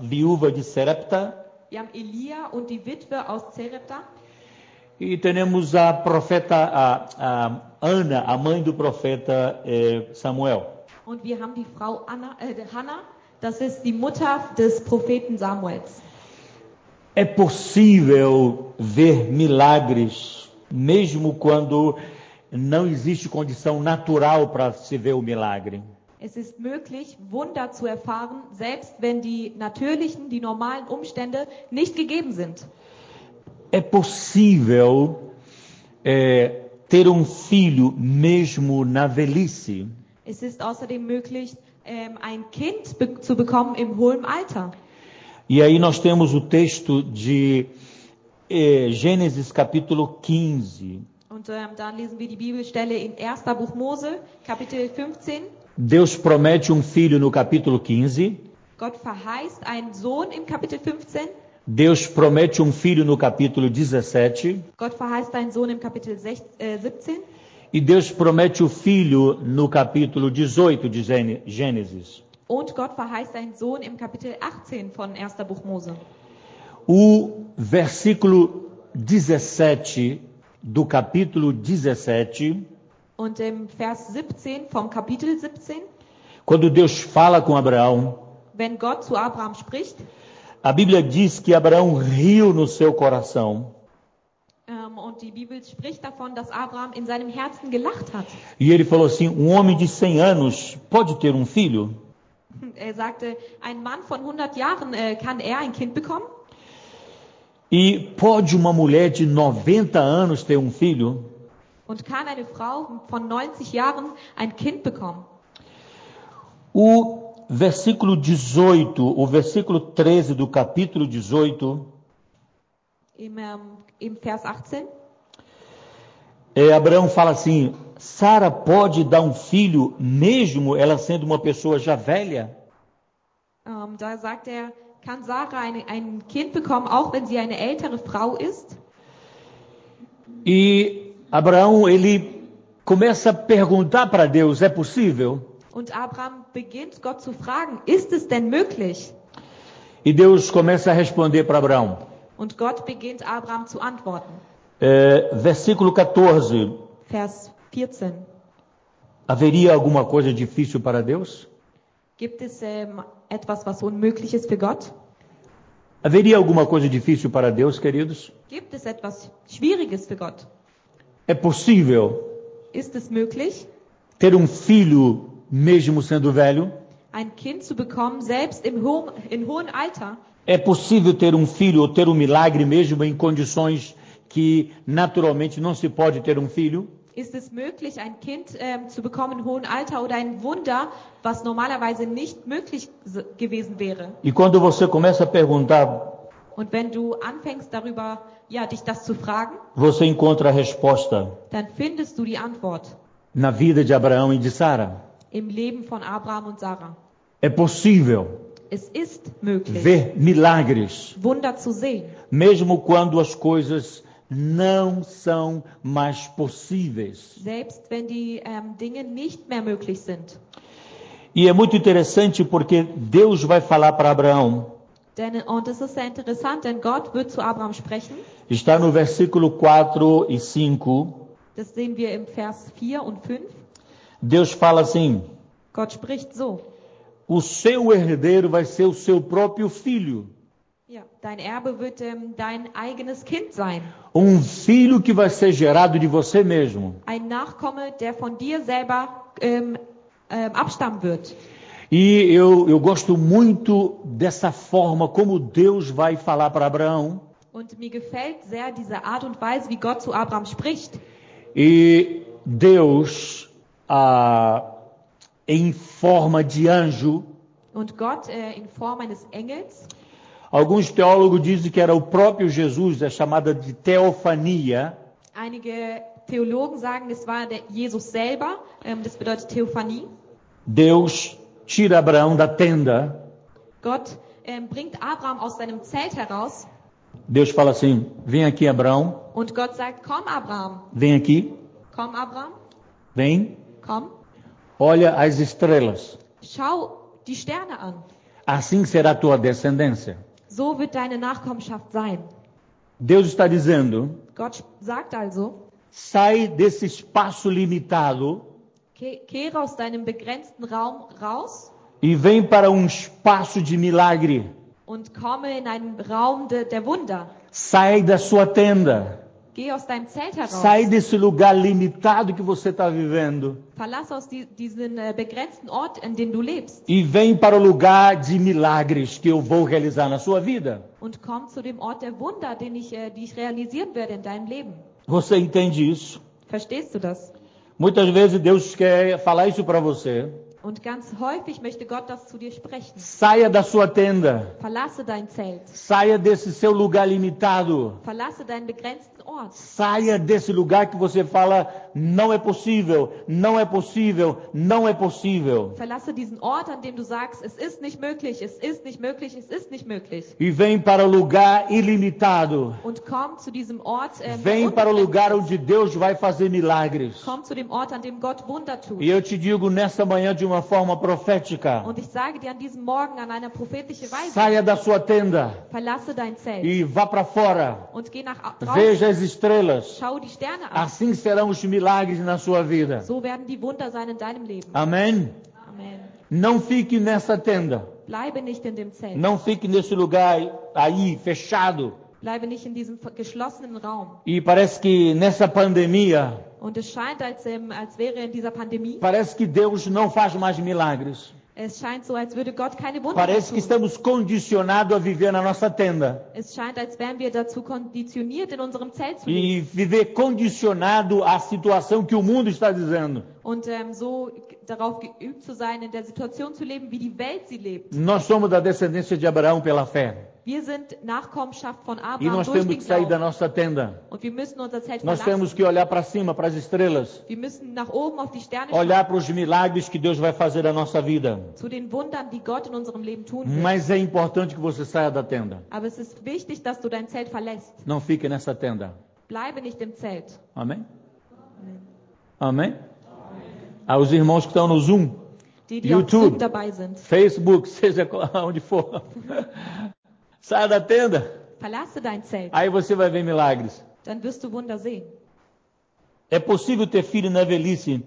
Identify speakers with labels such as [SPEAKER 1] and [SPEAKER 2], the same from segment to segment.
[SPEAKER 1] viúva de Serepta,
[SPEAKER 2] Wir haben Elia und die Witwe aus Zerepta.
[SPEAKER 1] e temos a profeta a, a Ana, a mãe do profeta eh, Samuel.
[SPEAKER 2] Und wir haben die Frau Anna, äh, der Hannah. Das ist die Mutter des Propheten Samuels.
[SPEAKER 1] É possível ver milagres, mesmo quando não existe condição natural para se ver o milagre.
[SPEAKER 2] Es ist möglich, Wunder zu erfahren, selbst wenn die natürlichen, die normalen Umstände nicht gegeben sind.
[SPEAKER 1] É possível eh, ter um filho mesmo na velhice.
[SPEAKER 2] Es ist außerdem möglich, ähm, ein Kind be zu bekommen im hohen Alter.
[SPEAKER 1] E aí nós temos o texto de eh, Gênesis capítulo 15.
[SPEAKER 2] Und ähm, dann lesen wir die Bibelstelle in 1. Buch Mose, Kapitel 15.
[SPEAKER 1] Deus promete um filho no capítulo 15.
[SPEAKER 2] Gott verheißt einen Sohn im Kapitel 15.
[SPEAKER 1] Deus promete um filho no capítulo 17.
[SPEAKER 2] Gott verheißt einen Sohn im Kapitel 16, äh, 17.
[SPEAKER 1] E Deus promete o filho no capítulo 18 de Gêne- Gênesis.
[SPEAKER 2] Und Gott verheißt einen Sohn im Kapitel 18 von 1. Buch Mose.
[SPEAKER 1] O versículo 17 do capítulo 17,
[SPEAKER 2] Und im Vers 17 vom Kapitel 17,
[SPEAKER 1] quando Deus fala com Abraão,
[SPEAKER 2] wenn Gott zu Abraham spricht,
[SPEAKER 1] a Bíblia diz que Abraão riu no seu coração
[SPEAKER 2] ähm, und die Bibel spricht davon, dass Abraham in seinem Herzen gelacht hat.
[SPEAKER 1] e ele falou assim: Um homem de 100 anos pode ter um filho?
[SPEAKER 2] Er sagte, ein Mann von 100 Jahren äh, kann er ein Kind bekommen?
[SPEAKER 1] E pode uma mulher de 90 anos ter um filho?
[SPEAKER 2] Und kann eine Frau von 90 Jahren ein Kind bekommen?
[SPEAKER 1] O versículo 18, o versículo 13 do capítulo 18,
[SPEAKER 2] Im, ähm, im Vers 18.
[SPEAKER 1] é, Abraão fala assim: Sara pode dar um filho, mesmo ela sendo uma pessoa já velha?
[SPEAKER 2] Ähm, da sagt er, kann Sarah ein, ein Kind bekommen, auch wenn sie eine ältere Frau ist?
[SPEAKER 1] E Abraão, ele começa a perguntar para Deus: é possível?
[SPEAKER 2] Und Abraham beginnt Gott zu fragen, ist es denn möglich?
[SPEAKER 1] E Deus começa a responder para Abraão.
[SPEAKER 2] Und Gott beginnt Abraham zu antworten.
[SPEAKER 1] É, versículo 14:
[SPEAKER 2] Vers 14.
[SPEAKER 1] Haveria alguma coisa difícil para Deus?
[SPEAKER 2] Gibt es ähm, etwas, was unmöglich ist für Gott?
[SPEAKER 1] Haveria alguma coisa difícil para Deus, queridos?
[SPEAKER 2] Gibt es etwas Schwieriges für Gott?
[SPEAKER 1] É possível
[SPEAKER 2] Ist es möglich,
[SPEAKER 1] ter um filho mesmo sendo velho?
[SPEAKER 2] ein Kind zu bekommen, selbst im hohen, in hohem Alter?
[SPEAKER 1] É possível ter um filho ou ter um milagre mesmo em condições que naturalmente não se pode ter um filho?
[SPEAKER 2] Ist es möglich, ein Kind ähm, zu bekommen im hohen Alter oder ein Wunder, was normalerweise nicht möglich s- gewesen wäre?
[SPEAKER 1] E quando você começa a perguntar,
[SPEAKER 2] Und wenn du anfängst darüber, ja, dich das zu fragen,
[SPEAKER 1] você encontra a resposta
[SPEAKER 2] dann findest du die Antwort
[SPEAKER 1] na vida de Abraão e de Sara.
[SPEAKER 2] im Leben von Abraham und Sarah.
[SPEAKER 1] É possível
[SPEAKER 2] Es ist möglich,
[SPEAKER 1] ver milagres,
[SPEAKER 2] Wunder zu sehen,
[SPEAKER 1] mesmo quando as coisas não são mais possíveis.
[SPEAKER 2] selbst wenn die ähm, Dinge nicht mehr möglich sind.
[SPEAKER 1] E é muito interessante porque Deus vai falar para Abraão.
[SPEAKER 2] Denn, und es ist sehr interessant, denn Gott wird zu Abraham sprechen.
[SPEAKER 1] Está no versículo 4 e 5.
[SPEAKER 2] Das sehen wir im Vers 4 und 5.
[SPEAKER 1] Deus fala assim:
[SPEAKER 2] Gott spricht so.
[SPEAKER 1] o seu herdeiro vai ser o seu próprio filho.
[SPEAKER 2] Ja, dein Erbe wird ähm, dein eigenes Kind sein.
[SPEAKER 1] Um filho que vai ser gerado de você mesmo.
[SPEAKER 2] Ein Nachkomme, der von dir selber ähm, ähm, abstammen wird.
[SPEAKER 1] E eu, eu gosto muito dessa forma como Deus vai falar para Abraão.
[SPEAKER 2] Und mir gefällt sehr diese Art und Weise, wie Gott zu Abraham spricht.
[SPEAKER 1] E Deus, ah, em forma de anjo,
[SPEAKER 2] Und Gott äh, in Form eines Engels.
[SPEAKER 1] alguns teólogos dizem que era o próprio Jesus, é chamada de teofania.
[SPEAKER 2] Einige Theologen sagen, es war der Jesus selber. Ähm, das bedeutet Theophanie.
[SPEAKER 1] Deus tira Abraão da tenda.
[SPEAKER 2] Gott ähm, bringt Abraham aus seinem Zelt heraus.
[SPEAKER 1] Deus fala assim: vem aqui, Abraão,
[SPEAKER 2] Und Gott sagt, komm Abraham,
[SPEAKER 1] vem aqui,
[SPEAKER 2] komm Abraham,
[SPEAKER 1] vem.
[SPEAKER 2] komm.
[SPEAKER 1] Olha as estrelas.
[SPEAKER 2] Schau die Sterne an.
[SPEAKER 1] assim será a tua descendência.
[SPEAKER 2] So wird deine Nachkommenschaft sein.
[SPEAKER 1] Deus está dizendo:
[SPEAKER 2] Gott sagt also,
[SPEAKER 1] sai desse espaço limitado
[SPEAKER 2] "Ke- kehre aus deinem begrenzten Raum raus
[SPEAKER 1] e vem para um espaço de milagre.
[SPEAKER 2] und komme in einen Raum de, der Wunder.
[SPEAKER 1] Sai da sua tenda.
[SPEAKER 2] Geh aus deinem Zelt heraus.
[SPEAKER 1] Sai desse lugar limitado que você está vivendo
[SPEAKER 2] Verlass aus die, diesen äh, begrenzten Ort, in dem du lebst
[SPEAKER 1] e vem para o lugar de milagres que eu vou realizar na sua vida.
[SPEAKER 2] und komm zu dem Ort der Wunder, den ich, äh, die ich realisieren werde in deinem Leben.
[SPEAKER 1] Você entende isso?
[SPEAKER 2] Verstehst du das?
[SPEAKER 1] Muitas vezes Deus quer falar isso para você.
[SPEAKER 2] Und ganz häufig möchte Gott das zu dir sprechen.
[SPEAKER 1] Saia da sua tenda.
[SPEAKER 2] Verlasse dein Zelt.
[SPEAKER 1] Saia desse seu lugar limitado.
[SPEAKER 2] Verlasse deinen begrenzten Ort.
[SPEAKER 1] Saia desse lugar que você fala não é possível, não é possível, não é possível.
[SPEAKER 2] Verlasse diesen Ort, an dem du sagst, es ist nicht möglich, es ist nicht möglich, es ist nicht möglich.
[SPEAKER 1] E vem para o lugar ilimitado.
[SPEAKER 2] Und komm zu diesem Ort, ähm, der
[SPEAKER 1] Vem para o lugar
[SPEAKER 2] unbegrenzt ist.
[SPEAKER 1] onde Deus vai fazer milagres.
[SPEAKER 2] komm zu dem Ort, an dem Gott Wunder tut.
[SPEAKER 1] E eu te digo nessa manhã de uma forma profética:
[SPEAKER 2] Und ich sage dir an diesem Morgen an einer prophetischen Weise,
[SPEAKER 1] saia da sua tenda
[SPEAKER 2] verlasse dein Zelt
[SPEAKER 1] e vá para fora.
[SPEAKER 2] und geh nach au- draußen,
[SPEAKER 1] Veja as estrelas.
[SPEAKER 2] schau die Sterne an.
[SPEAKER 1] Assim serão os milagres na sua vida.
[SPEAKER 2] So werden die Wunder sein in deinem Leben.
[SPEAKER 1] Amém?
[SPEAKER 2] Amen.
[SPEAKER 1] Não fique nessa tenda.
[SPEAKER 2] Bleibe nicht in dem Zelt.
[SPEAKER 1] Não fique nesse lugar aí, fechado.
[SPEAKER 2] Bleibe nicht in diesem ver- geschlossenen Raum.
[SPEAKER 1] E parece que nessa pandemia,
[SPEAKER 2] Und es scheint, als, ähm, als wäre in dieser Pandemie,
[SPEAKER 1] parece que Deus não faz mais milagres.
[SPEAKER 2] es scheint so, als würde Gott keine Wunder mehr
[SPEAKER 1] Parece que
[SPEAKER 2] tun.
[SPEAKER 1] estamos condicionados a viver na nossa tenda.
[SPEAKER 2] Es scheint, als wären wir dazu konditioniert, in unserem Zelt zu leben.
[SPEAKER 1] E viver condicionado à situação que o mundo está dizendo.
[SPEAKER 2] Und ähm, so g- darauf geübt zu sein, in der Situation zu leben, wie die Welt sie lebt.
[SPEAKER 1] Nós somos da descendência de Abraão pela fé.
[SPEAKER 2] Wir sind Nachkommenschaft von
[SPEAKER 1] E
[SPEAKER 2] Abraham
[SPEAKER 1] nós
[SPEAKER 2] durch
[SPEAKER 1] temos
[SPEAKER 2] den
[SPEAKER 1] que sair da
[SPEAKER 2] Glauben.
[SPEAKER 1] nossa tenda.
[SPEAKER 2] Und wir müssen unser Zelt
[SPEAKER 1] Nós
[SPEAKER 2] verlassen.
[SPEAKER 1] temos que olhar para cima, para as estrelas.
[SPEAKER 2] Wir müssen nach oben auf die Sterne schauen,
[SPEAKER 1] Olhar para os milagres que Deus vai fazer na nossa vida.
[SPEAKER 2] zu den Wundern, die Gott in unserem Leben tun will.
[SPEAKER 1] Mas é importante que você saia da tenda.
[SPEAKER 2] Aber es ist wichtig, dass du dein Zelt verlässt.
[SPEAKER 1] Não fique nessa tenda.
[SPEAKER 2] Bleibe nicht im Zelt.
[SPEAKER 1] Amém? Amém? Aos irmãos que estão no Zoom,
[SPEAKER 2] Die, die auf
[SPEAKER 1] YouTube.
[SPEAKER 2] Zoom dabei sind.
[SPEAKER 1] Facebook, seja onde for. Saia da tenda.
[SPEAKER 2] Verlasse dein Zelt.
[SPEAKER 1] Aí você vai ver milagres.
[SPEAKER 2] Dann wirst du Wunder sehen.
[SPEAKER 1] É possível ter filho na velhice?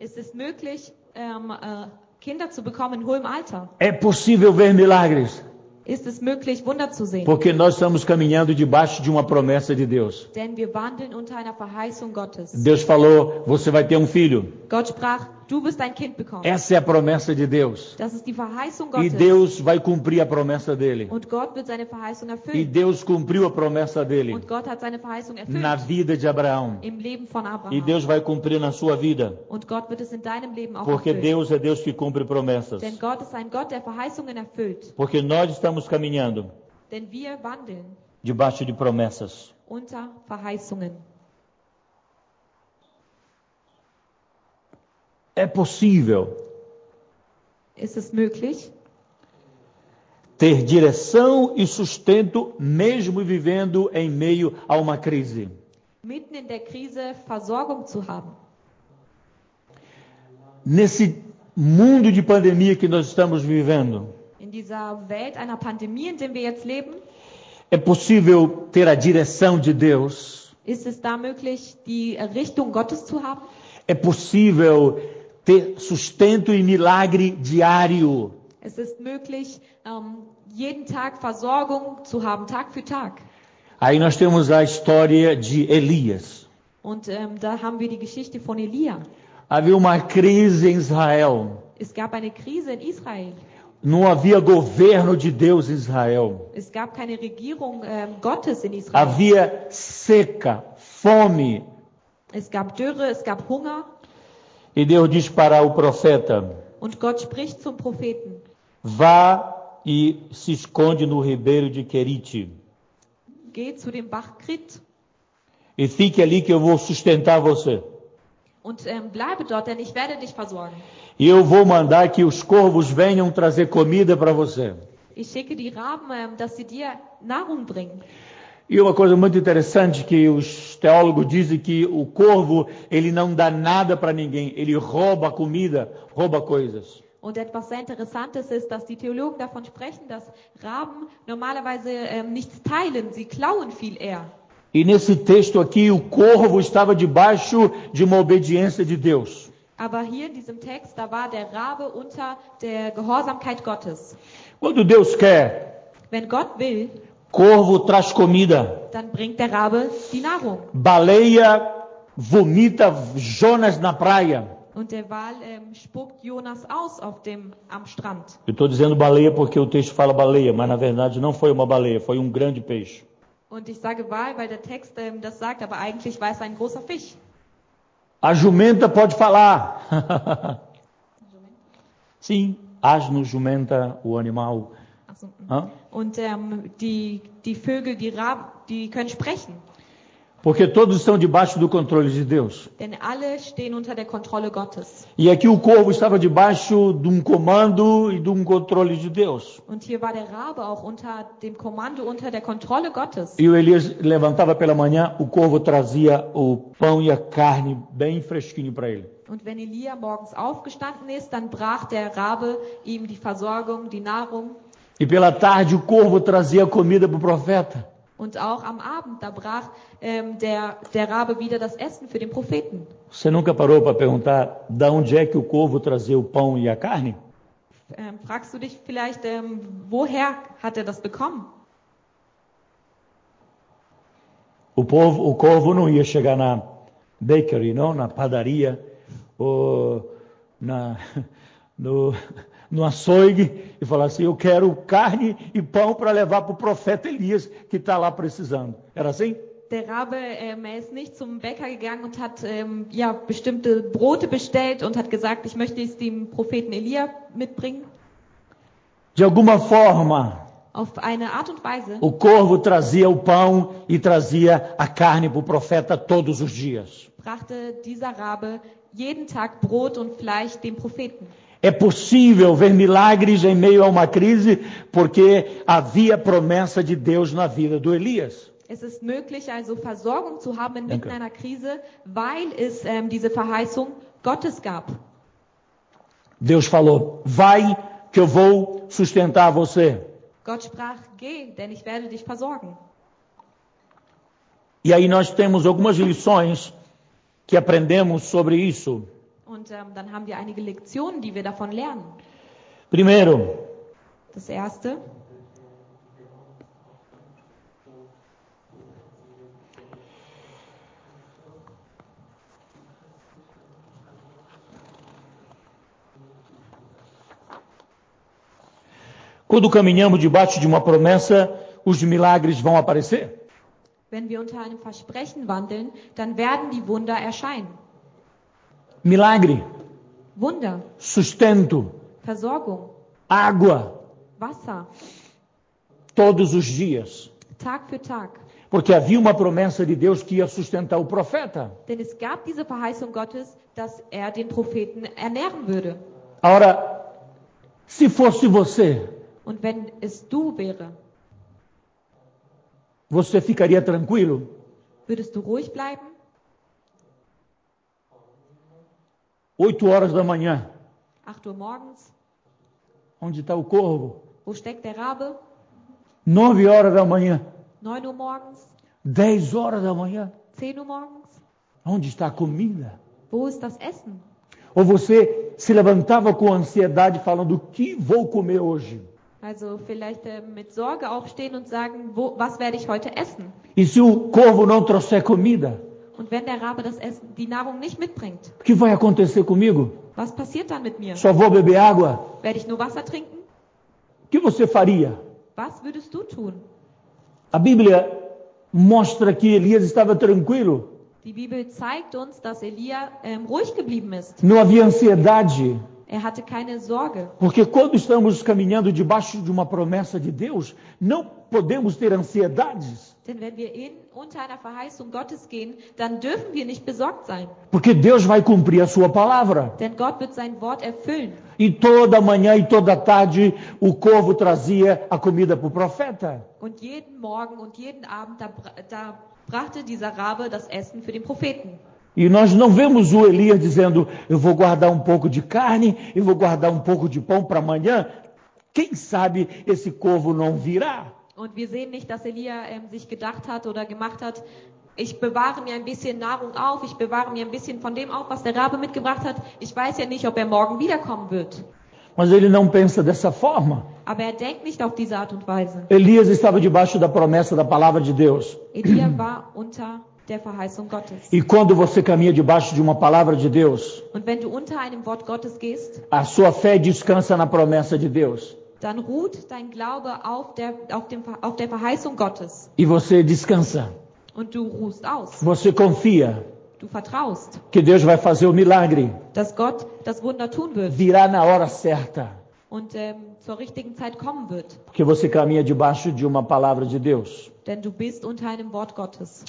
[SPEAKER 2] Es ist möglich, ähm, äh, Kinder zu bekommen in hohem Alter.
[SPEAKER 1] É possível ver milagres?
[SPEAKER 2] Ist es möglich, Wunder zu sehen.
[SPEAKER 1] Porque nós estamos caminhando debaixo de uma promessa de Deus.
[SPEAKER 2] Denn wir wandeln unter einer Verheißung Gottes.
[SPEAKER 1] Deus falou: você vai ter um filho.
[SPEAKER 2] Gott sprach, du wirst ein Kind bekommen.
[SPEAKER 1] Essa é a promessa de Deus.
[SPEAKER 2] Das ist die Verheißung
[SPEAKER 1] E
[SPEAKER 2] Gottes.
[SPEAKER 1] Deus vai cumprir a promessa dele.
[SPEAKER 2] Und Gott wird seine Verheißung
[SPEAKER 1] E
[SPEAKER 2] erfüllen.
[SPEAKER 1] Deus cumpriu a promessa dele
[SPEAKER 2] Und Gott hat seine Verheißung
[SPEAKER 1] na
[SPEAKER 2] erfüllt
[SPEAKER 1] vida de Abraão.
[SPEAKER 2] im Leben von
[SPEAKER 1] E
[SPEAKER 2] Abraham.
[SPEAKER 1] Deus vai cumprir na sua vida.
[SPEAKER 2] Und Gott wird es in deinem Leben auch
[SPEAKER 1] Porque
[SPEAKER 2] erfüllen.
[SPEAKER 1] Deus é Deus que cumpre promessas.
[SPEAKER 2] Denn Gott ist ein Gott, der Verheißungen erfüllt.
[SPEAKER 1] Porque nós estamos caminhando
[SPEAKER 2] Denn wir wandeln
[SPEAKER 1] debaixo de promessas.
[SPEAKER 2] unter Verheißungen.
[SPEAKER 1] É possível
[SPEAKER 2] Ist es möglich,
[SPEAKER 1] ter direção e sustento mesmo vivendo em meio a uma crise.
[SPEAKER 2] mitten in der Krise Versorgung zu haben?
[SPEAKER 1] Nesse mundo de pandemia que nós estamos vivendo,
[SPEAKER 2] In dieser Welt einer Pandemie, in der wir jetzt leben,
[SPEAKER 1] é possível ter a direção de Deus.
[SPEAKER 2] ist es da möglich, die Richtung Gottes zu haben?
[SPEAKER 1] É possível ter sustento e milagre diário.
[SPEAKER 2] Es ist möglich, ähm, jeden Tag Versorgung zu haben, Tag für Tag.
[SPEAKER 1] Aí nós temos a história de Elias.
[SPEAKER 2] Und ähm, da haben wir die Geschichte von Elia.
[SPEAKER 1] Havia uma crise em Israel.
[SPEAKER 2] Es gab eine Krise in Israel.
[SPEAKER 1] Não havia governo de Deus em Israel.
[SPEAKER 2] Es gab keine Regierung ähm, Gottes in Israel.
[SPEAKER 1] Havia seca, fome.
[SPEAKER 2] Es gab Dürre, es gab Hunger.
[SPEAKER 1] E Deus diz para o profeta:
[SPEAKER 2] Und Gott spricht zum Propheten.
[SPEAKER 1] Vá e se esconde no ribeiro de Querite.
[SPEAKER 2] Geh zu dem Bach Krit
[SPEAKER 1] E fique ali que eu vou sustentar você.
[SPEAKER 2] und ähm, bleibe dort, denn ich werde dich versorgen.
[SPEAKER 1] E eu vou mandar que os corvos venham trazer comida para você.
[SPEAKER 2] Ich schicke die Raben, ähm, dass sie dir Nahrung bringen.
[SPEAKER 1] E uma coisa muito interessante que os teólogos dizem que o corvo, ele não dá nada para ninguém, ele rouba comida, rouba coisas.
[SPEAKER 2] Und etwas sehr Interessantes ist, dass die Theologen davon sprechen, dass Raben normalerweise ähm, nichts teilen, sie klauen viel eher.
[SPEAKER 1] E nesse texto aqui, o corvo estava debaixo de uma obediência de Deus.
[SPEAKER 2] Aber hier in diesem Text, da war der Rabe unter der Gehorsamkeit Gottes.
[SPEAKER 1] Quando Deus quer,
[SPEAKER 2] Wenn Gott will,
[SPEAKER 1] corvo traz comida,
[SPEAKER 2] dann bringt der Rabe die Nahrung.
[SPEAKER 1] baleia vomita Jonas na praia.
[SPEAKER 2] Und der Wal ähm, spuckt Jonas aus auf dem, am Strand.
[SPEAKER 1] Eu estou dizendo baleia porque o texto fala baleia, mas na verdade não foi uma baleia, foi um grande peixe.
[SPEAKER 2] Und ich sage Wal, weil der Text ähm, das sagt, aber eigentlich war es ein großer Fisch.
[SPEAKER 1] A jumenta pode falar. Sim, asno, jumenta, o animal.
[SPEAKER 2] Ach so. hm.
[SPEAKER 1] Hã?
[SPEAKER 2] Und ähm, die, die Vögel, die Raben, die können sprechen.
[SPEAKER 1] Porque todos estão debaixo do controle de Deus.
[SPEAKER 2] Denn alle stehen unter der Kontrolle Gottes.
[SPEAKER 1] E aqui o corvo estava debaixo de um comando e de um controle de Deus.
[SPEAKER 2] Und hier war der Rabe auch unter dem Kommando, unter der Kontrolle Gottes.
[SPEAKER 1] E o Elias levantava pela manhã, o corvo trazia o pão e a carne bem fresquinho para ele.
[SPEAKER 2] Und wenn Elia morgens aufgestanden ist, dann brach der Rabe ihm die Versorgung, die Nahrung.
[SPEAKER 1] E pela tarde o corvo trazia comida para o profeta.
[SPEAKER 2] Und auch am Abend, da brach ähm, der, der Rabe wieder das Essen für den Propheten.
[SPEAKER 1] Você nunca parou para perguntar de onde é que o corvo trazia o pão e a carne?
[SPEAKER 2] Ähm, fragst du dich vielleicht, ähm, woher hat er das bekommen?
[SPEAKER 1] O, povo, o corvo não ia chegar na bakery, não, na padaria, ou na, no, no açougue e falar assim: eu quero carne e pão para levar para o profeta Elias que está lá precisando. Era assim?
[SPEAKER 2] Der Rabe, ähm, er ist nicht zum Bäcker gegangen und hat ähm, ja bestimmte Brote bestellt und hat gesagt, ich möchte es dem Propheten Elia mitbringen.
[SPEAKER 1] De alguma forma,
[SPEAKER 2] Auf eine Art und Weise.
[SPEAKER 1] o corvo trazia o pão e trazia a carne para o profeta todos os dias.
[SPEAKER 2] brachte dieser Rabe jeden Tag Brot und Fleisch dem Propheten.
[SPEAKER 1] É possível ver milagres em meio a uma crise, porque havia promessa de Deus na vida do Elias.
[SPEAKER 2] Es ist möglich, also Versorgung zu haben inmitten
[SPEAKER 1] Danke.
[SPEAKER 2] einer Krise, weil es ähm, diese Verheißung Gottes gab.
[SPEAKER 1] Deus falou: Vai que eu vou sustentar você.
[SPEAKER 2] Gott sprach, geh, denn ich werde dich versorgen.
[SPEAKER 1] E aí nós temos algumas lições que aprendemos sobre isso.
[SPEAKER 2] Und ähm, dann haben wir einige Lektionen, die wir davon lernen.
[SPEAKER 1] Primeiro,
[SPEAKER 2] Das erste,
[SPEAKER 1] quando caminhamos debaixo de uma promessa, os milagres vão aparecer.
[SPEAKER 2] wenn wir unter einem Versprechen wandeln, dann werden die Wunder erscheinen.
[SPEAKER 1] Milagre,
[SPEAKER 2] Wunder,
[SPEAKER 1] sustento,
[SPEAKER 2] Versorgung,
[SPEAKER 1] água,
[SPEAKER 2] Wasser,
[SPEAKER 1] todos os dias.
[SPEAKER 2] Tag für Tag.
[SPEAKER 1] Porque havia uma promessa de Deus que ia sustentar o profeta.
[SPEAKER 2] Denn es gab diese Verheißung Gottes, dass er den Propheten ernähren würde.
[SPEAKER 1] Agora, se fosse você,
[SPEAKER 2] Und wenn es du wäre,
[SPEAKER 1] você ficaria tranquilo?
[SPEAKER 2] würdest du ruhig bleiben?
[SPEAKER 1] Oito horas da manhã,
[SPEAKER 2] 8 Uhr morgens,
[SPEAKER 1] onde está o corvo?
[SPEAKER 2] wo steckt der Rabe?
[SPEAKER 1] Nove horas da manhã,
[SPEAKER 2] 9 Uhr morgens,
[SPEAKER 1] 10 horas da manhã,
[SPEAKER 2] 10 Uhr morgens,
[SPEAKER 1] onde está a comida?
[SPEAKER 2] wo ist das Essen?
[SPEAKER 1] Ou você se levantava com ansiedade falando: o que vou comer hoje?
[SPEAKER 2] Also vielleicht äh, mit Sorge aufstehen und sagen, wo, was werde ich heute essen?
[SPEAKER 1] E se o corvo não trouxer comida,
[SPEAKER 2] Und wenn der Rabe das Essen, die Nahrung nicht mitbringt,
[SPEAKER 1] o que vai acontecer comigo?
[SPEAKER 2] was passiert dann mit mir?
[SPEAKER 1] Só vou beber água?
[SPEAKER 2] Werde ich nur Wasser trinken?
[SPEAKER 1] O que você faria?
[SPEAKER 2] Was würdest du tun?
[SPEAKER 1] A Bíblia mostra que Elias estava tranquilo,
[SPEAKER 2] Die Bibel zeigt uns, dass Elia ähm, ruhig geblieben ist.
[SPEAKER 1] não havia ansiedade.
[SPEAKER 2] Er hatte keine Sorge.
[SPEAKER 1] Porque quando estamos caminhando debaixo de uma promessa de Deus, não podemos ter ansiedades.
[SPEAKER 2] Denn wenn wir in, unter einer Verheißung Gottes gehen, dann dürfen wir nicht besorgt sein.
[SPEAKER 1] Porque Deus vai cumprir a sua palavra.
[SPEAKER 2] Denn Gott wird sein Wort erfüllen.
[SPEAKER 1] E toda manhã e toda tarde o corvo trazia a comida para o profeta.
[SPEAKER 2] Und jeden Morgen und jeden Abend, da, bra- da brachte dieser Rabe das Essen für den Propheten.
[SPEAKER 1] E nós não vemos o Elias dizendo: Eu vou guardar um pouco de carne, eu vou guardar um pouco de pão para amanhã. Quem sabe esse corvo não virá?
[SPEAKER 2] Und wir sehen nicht, dass Elia ähm, sich gedacht hat oder gemacht hat, ich bewahre mir ein bisschen Nahrung auf, ich bewahre mir ein bisschen von dem auf, was der Rabe mitgebracht hat. Ich weiß ja nicht, ob er morgen wiederkommen wird.
[SPEAKER 1] Mas ele não pensa dessa forma.
[SPEAKER 2] Aber er denkt nicht auf diese Art und Weise.
[SPEAKER 1] Elias estava debaixo da promessa da palavra de Deus.
[SPEAKER 2] Elia war unter der Verheißung Gottes.
[SPEAKER 1] E quando você caminha debaixo de uma palavra de Deus,
[SPEAKER 2] Und wenn du unter einem Wort Gottes gehst,
[SPEAKER 1] a sua fé descansa na promessa de Deus.
[SPEAKER 2] dann ruht dein Glaube auf der, auf dem, auf der Verheißung Gottes.
[SPEAKER 1] E você descansa.
[SPEAKER 2] Und du ruhst aus.
[SPEAKER 1] Você confia
[SPEAKER 2] Du vertraust,
[SPEAKER 1] que Deus vai fazer o milagre.
[SPEAKER 2] dass Gott das Wunder tun wird
[SPEAKER 1] Virá na hora certa.
[SPEAKER 2] und ähm, zur richtigen Zeit kommen wird.
[SPEAKER 1] Porque você caminha debaixo de uma palavra de Deus.
[SPEAKER 2] Denn du bist unter einem Wort Gottes.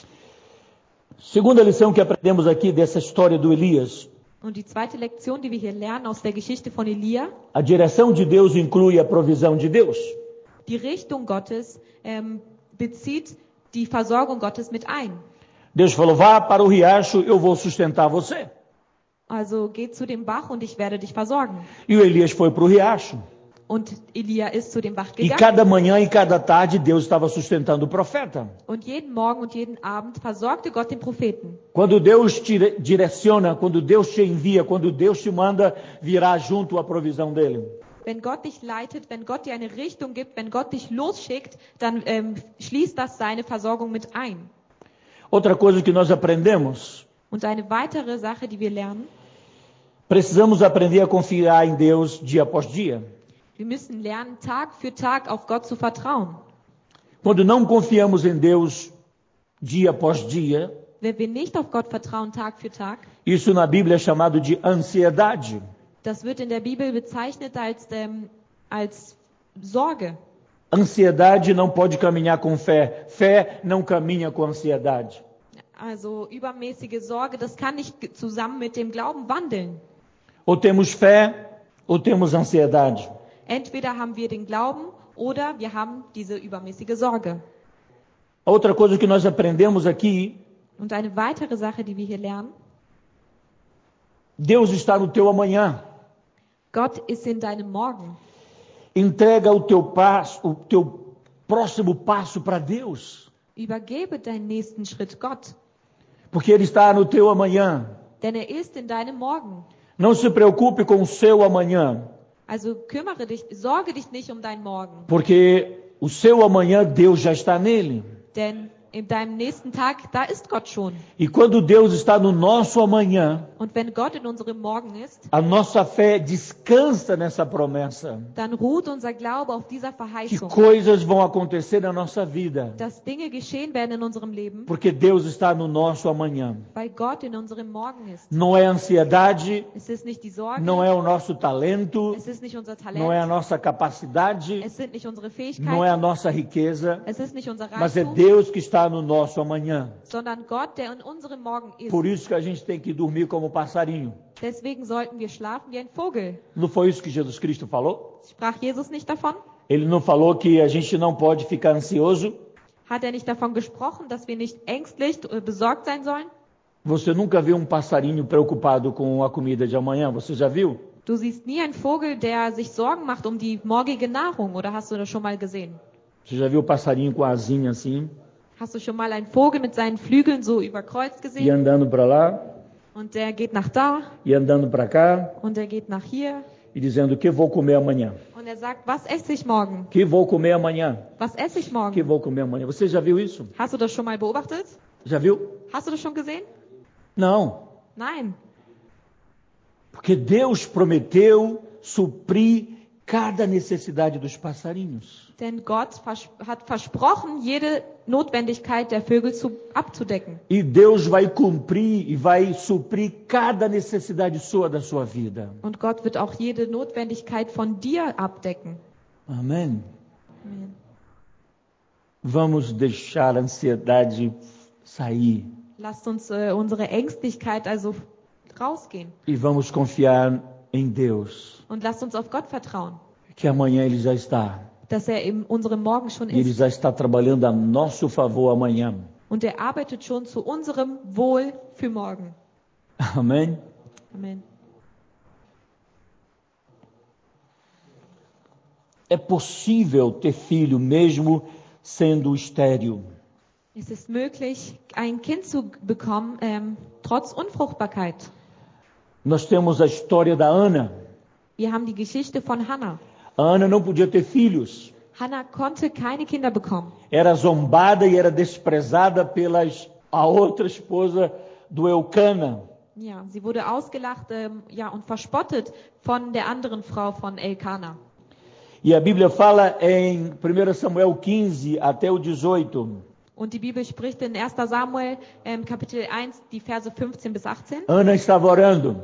[SPEAKER 1] Segunda lição que aprendemos aqui dessa história do Elias.
[SPEAKER 2] Und die zweite Lektion, die wir hier lernen aus der Geschichte von Elia,
[SPEAKER 1] A direção de Deus inclui a provisão de Deus.
[SPEAKER 2] die Richtung Gottes ähm, bezieht die Versorgung Gottes mit ein.
[SPEAKER 1] Deus falou: vá para o riacho, eu vou sustentar você.
[SPEAKER 2] Also geh zu dem Bach und ich werde dich versorgen.
[SPEAKER 1] E o Elias foi para o riacho.
[SPEAKER 2] Und Elia ist zu dem Bach
[SPEAKER 1] E
[SPEAKER 2] gegangen.
[SPEAKER 1] cada manhã e cada tarde Deus estava sustentando o profeta.
[SPEAKER 2] Und jeden Morgen und jeden Abend versorgte Gott den Propheten.
[SPEAKER 1] Quando Deus te dire- direciona, quando Deus te envia, quando Deus te manda, virá junto a provisão dele.
[SPEAKER 2] Wenn Gott dich leitet, wenn Gott dir eine Richtung gibt, wenn Gott dich losschickt, dann ähm, schließt das seine Versorgung mit ein.
[SPEAKER 1] Outra coisa que nós aprendemos,
[SPEAKER 2] Und eine weitere Sache, die wir lernen,
[SPEAKER 1] precisamos aprender a confiar em Deus dia após dia.
[SPEAKER 2] wir müssen lernen, Tag für Tag auf Gott zu vertrauen.
[SPEAKER 1] Quando não confiamos em Deus dia após dia,
[SPEAKER 2] Wenn wir nicht auf Gott vertrauen, Tag für Tag,
[SPEAKER 1] isso na Bíblia é chamado de ansiedade.
[SPEAKER 2] Das wird in der Bibel bezeichnet als, ähm, als Sorge.
[SPEAKER 1] Ansiedade não pode caminhar com fé, fé não caminha com ansiedade.
[SPEAKER 2] Also übermäßige Sorge, das kann nicht ge- zusammen mit dem Glauben wandeln.
[SPEAKER 1] Ou temos fé ou temos ansiedade.
[SPEAKER 2] Entweder haben wir den Glauben oder wir haben diese übermäßige Sorge.
[SPEAKER 1] A Outra coisa que nós aprendemos aqui,
[SPEAKER 2] Und eine weitere Sache, die wir hier lernen,
[SPEAKER 1] Deus está no teu amanhã.
[SPEAKER 2] Gott ist in deinem Morgen.
[SPEAKER 1] Entrega o teu passo, o teu próximo passo para Deus,
[SPEAKER 2] Übergebe deinen nächsten Schritt Gott,
[SPEAKER 1] porque ele está no teu amanhã.
[SPEAKER 2] denn er ist in deinem Morgen.
[SPEAKER 1] Não se preocupe com o seu amanhã,
[SPEAKER 2] Also kümmere dich, sorge dich nicht um deinen Morgen,
[SPEAKER 1] porque o seu amanhã Deus já está nele.
[SPEAKER 2] denn in deinem nächsten Tag, da ist Gott schon.
[SPEAKER 1] E quando Deus está no nosso amanhã,
[SPEAKER 2] Und wenn Gott in unserem Morgen ist,
[SPEAKER 1] a nossa fé descansa nessa promessa.
[SPEAKER 2] dann ruht unser Glaube auf dieser
[SPEAKER 1] Que
[SPEAKER 2] Verheißung,
[SPEAKER 1] coisas vão acontecer na nossa vida,
[SPEAKER 2] dass Dinge geschehen werden in unserem Leben,
[SPEAKER 1] porque Deus está no nosso amanhã.
[SPEAKER 2] weil Gott in unserem Morgen ist.
[SPEAKER 1] Não é ansiedade,
[SPEAKER 2] Es ist nicht die Sorge,
[SPEAKER 1] não é o nosso talento,
[SPEAKER 2] es ist nicht unser
[SPEAKER 1] não é a
[SPEAKER 2] Talent,
[SPEAKER 1] nossa capacidade,
[SPEAKER 2] es sind nicht unsere
[SPEAKER 1] não é a
[SPEAKER 2] Fähigkeiten,
[SPEAKER 1] nossa riqueza,
[SPEAKER 2] es ist nicht unser
[SPEAKER 1] mas é
[SPEAKER 2] Reichtum,
[SPEAKER 1] Deus que está no nosso amanhã.
[SPEAKER 2] sondern Gott, der in unserem Morgen ist.
[SPEAKER 1] Por isso que a gente tem que dormir como passarinho.
[SPEAKER 2] Deswegen sollten wir schlafen wie ein Vogel.
[SPEAKER 1] Não foi isso que Jesus Cristo falou?
[SPEAKER 2] Sprach Jesus nicht davon?
[SPEAKER 1] Ele não falou que a gente não pode ficar ansioso?
[SPEAKER 2] Hat er nicht davon gesprochen, dass wir nicht ängstlich äh, besorgt sein sollen?
[SPEAKER 1] Você nunca viu um passarinho preocupado com a comida de amanhã? Você já viu?
[SPEAKER 2] Du siehst nie einen Vogel, der sich Sorgen macht um die morgige Nahrung, oder hast du das schon mal gesehen?
[SPEAKER 1] Você já viu o passarinho com a asinha assim
[SPEAKER 2] Hast du schon mal einen Vogel mit seinen Flügeln so überkreuzt
[SPEAKER 1] e
[SPEAKER 2] gesehen?
[SPEAKER 1] andando para lá
[SPEAKER 2] Und der geht nach da
[SPEAKER 1] e andando para cá
[SPEAKER 2] und der geht nach hier
[SPEAKER 1] e dizendo o que vou comer amanhã?
[SPEAKER 2] und er sagt, was esse ich morgen?
[SPEAKER 1] Que vou comer amanhã?
[SPEAKER 2] Was esse ich
[SPEAKER 1] Que
[SPEAKER 2] morgen?
[SPEAKER 1] vou comer amanhã? Você já viu isso?
[SPEAKER 2] Hast du das schon mal beobachtet?
[SPEAKER 1] Já viu?
[SPEAKER 2] Hast du das schon gesehen?
[SPEAKER 1] Não,
[SPEAKER 2] Nein,
[SPEAKER 1] porque Deus prometeu suprir cada necessidade dos passarinhos.
[SPEAKER 2] denn Gott vers hat versprochen, jede Notwendigkeit der Vögel zu abzudecken.
[SPEAKER 1] E Deus vai cumprir e vai suprir cada necessidade sua da sua vida.
[SPEAKER 2] Und Gott wird auch jede Notwendigkeit von dir abdecken.
[SPEAKER 1] Amém.
[SPEAKER 2] Amen.
[SPEAKER 1] Vamos deixar a ansiedade sair
[SPEAKER 2] Lasst uns äh, unsere Ängstlichkeit also rausgehen
[SPEAKER 1] e vamos confiar em Deus,
[SPEAKER 2] und lasst uns auf Gott vertrauen,
[SPEAKER 1] que amanhã ele já está.
[SPEAKER 2] dass er in unserem Morgen schon
[SPEAKER 1] E ele
[SPEAKER 2] ist.
[SPEAKER 1] já está trabalhando a nosso favor amanhã.
[SPEAKER 2] Und er arbeitet schon zu unserem Wohl für morgen.
[SPEAKER 1] Amém?
[SPEAKER 2] Amen.
[SPEAKER 1] É possível ter filho mesmo sendo estéril.
[SPEAKER 2] Es ist möglich, ein Kind zu bekommen, ähm, trotz Unfruchtbarkeit.
[SPEAKER 1] Nós temos a história da Ana.
[SPEAKER 2] Wir haben die Geschichte von Hannah.
[SPEAKER 1] A Ana não podia ter filhos.
[SPEAKER 2] Hannah konnte keine Kinder bekommen.
[SPEAKER 1] Era zombada e era desprezada pelas a outra esposa do Eucana.
[SPEAKER 2] Ja, sie wurde ausgelacht ähm, ja, und verspottet von der anderen Frau von Elkanah.
[SPEAKER 1] E a Bíblia fala em 1 Samuel 15 até o 18.
[SPEAKER 2] Und die Bibel spricht in 1. Samuel ähm, Kapitel 1, die Verse 15 bis 18,
[SPEAKER 1] Ana estava orando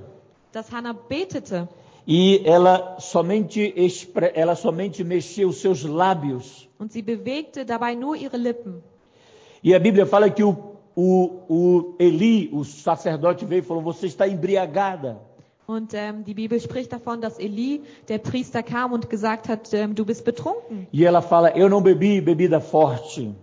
[SPEAKER 2] dass Hannah betete
[SPEAKER 1] e ela somente expre- ela somente mexia os seus lábios.
[SPEAKER 2] und sie bewegte dabei nur ihre Lippen.
[SPEAKER 1] E a Bíblia fala que o o, o Eli, o sacerdote, veio e falou: Você está embriagada.
[SPEAKER 2] Und ähm, die Bibel spricht davon, dass Eli, der Priester, kam und gesagt hat, ähm, du bist betrunken.
[SPEAKER 1] E ela fala: Eu não bebi bebida forte.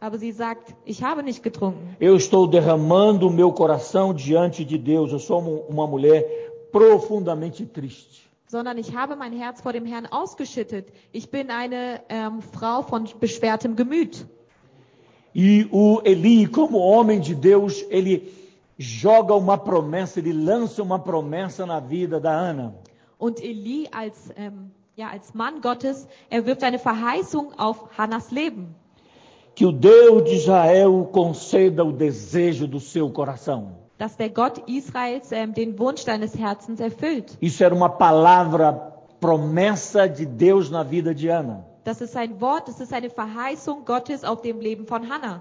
[SPEAKER 2] Aber sie sagt, ich habe nicht getrunken.
[SPEAKER 1] Eu estou derramando o meu coração diante de Deus. Eu sou uma- uma mulher profundamente triste.
[SPEAKER 2] sondern ich habe mein Herz vor dem Herrn ausgeschüttet. Ich bin eine ähm, Frau von beschwertem Gemüt.
[SPEAKER 1] E o Eli, como homem de Deus, ele joga uma promessa, ele lança uma promessa na vida da Ana.
[SPEAKER 2] Und Eli als, ähm, ja, als Mann Gottes, er wirft eine Verheißung auf Hannas Leben.
[SPEAKER 1] Que o Deus de Israel conceda o desejo do seu coração.
[SPEAKER 2] dass der Gott Israels ähm, den Wunsch deines Herzens erfüllt.
[SPEAKER 1] Isso era uma palavra, promessa de Deus na vida de Ana.
[SPEAKER 2] Das ist ein Wort, das ist eine Verheißung Gottes auf dem Leben von Hannah.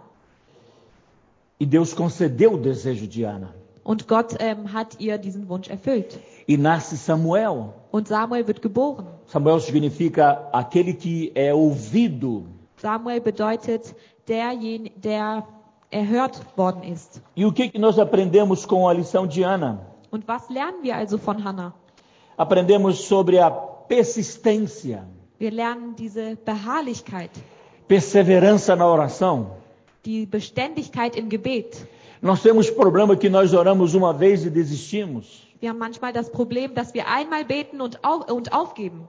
[SPEAKER 1] E Deus concedeu o desejo de Ana.
[SPEAKER 2] Und Gott ähm, hat ihr diesen Wunsch erfüllt.
[SPEAKER 1] E nasce Samuel.
[SPEAKER 2] Und Samuel wird geboren.
[SPEAKER 1] Samuel significa aquele que é ouvido.
[SPEAKER 2] Samuel bedeutet derjenige, der erhört worden ist.
[SPEAKER 1] E o que, que nós aprendemos com a lição de Ana?
[SPEAKER 2] Und was lernen wir also von Hannah?
[SPEAKER 1] Aprendemos sobre a persistência,
[SPEAKER 2] Wir lernen diese Beharrlichkeit,
[SPEAKER 1] perseverança na oração.
[SPEAKER 2] die Beständigkeit im Gebet.
[SPEAKER 1] Nós temos problema que nós oramos uma vez e desistimos.
[SPEAKER 2] Wir haben manchmal das Problem, dass wir einmal beten und, au und aufgeben.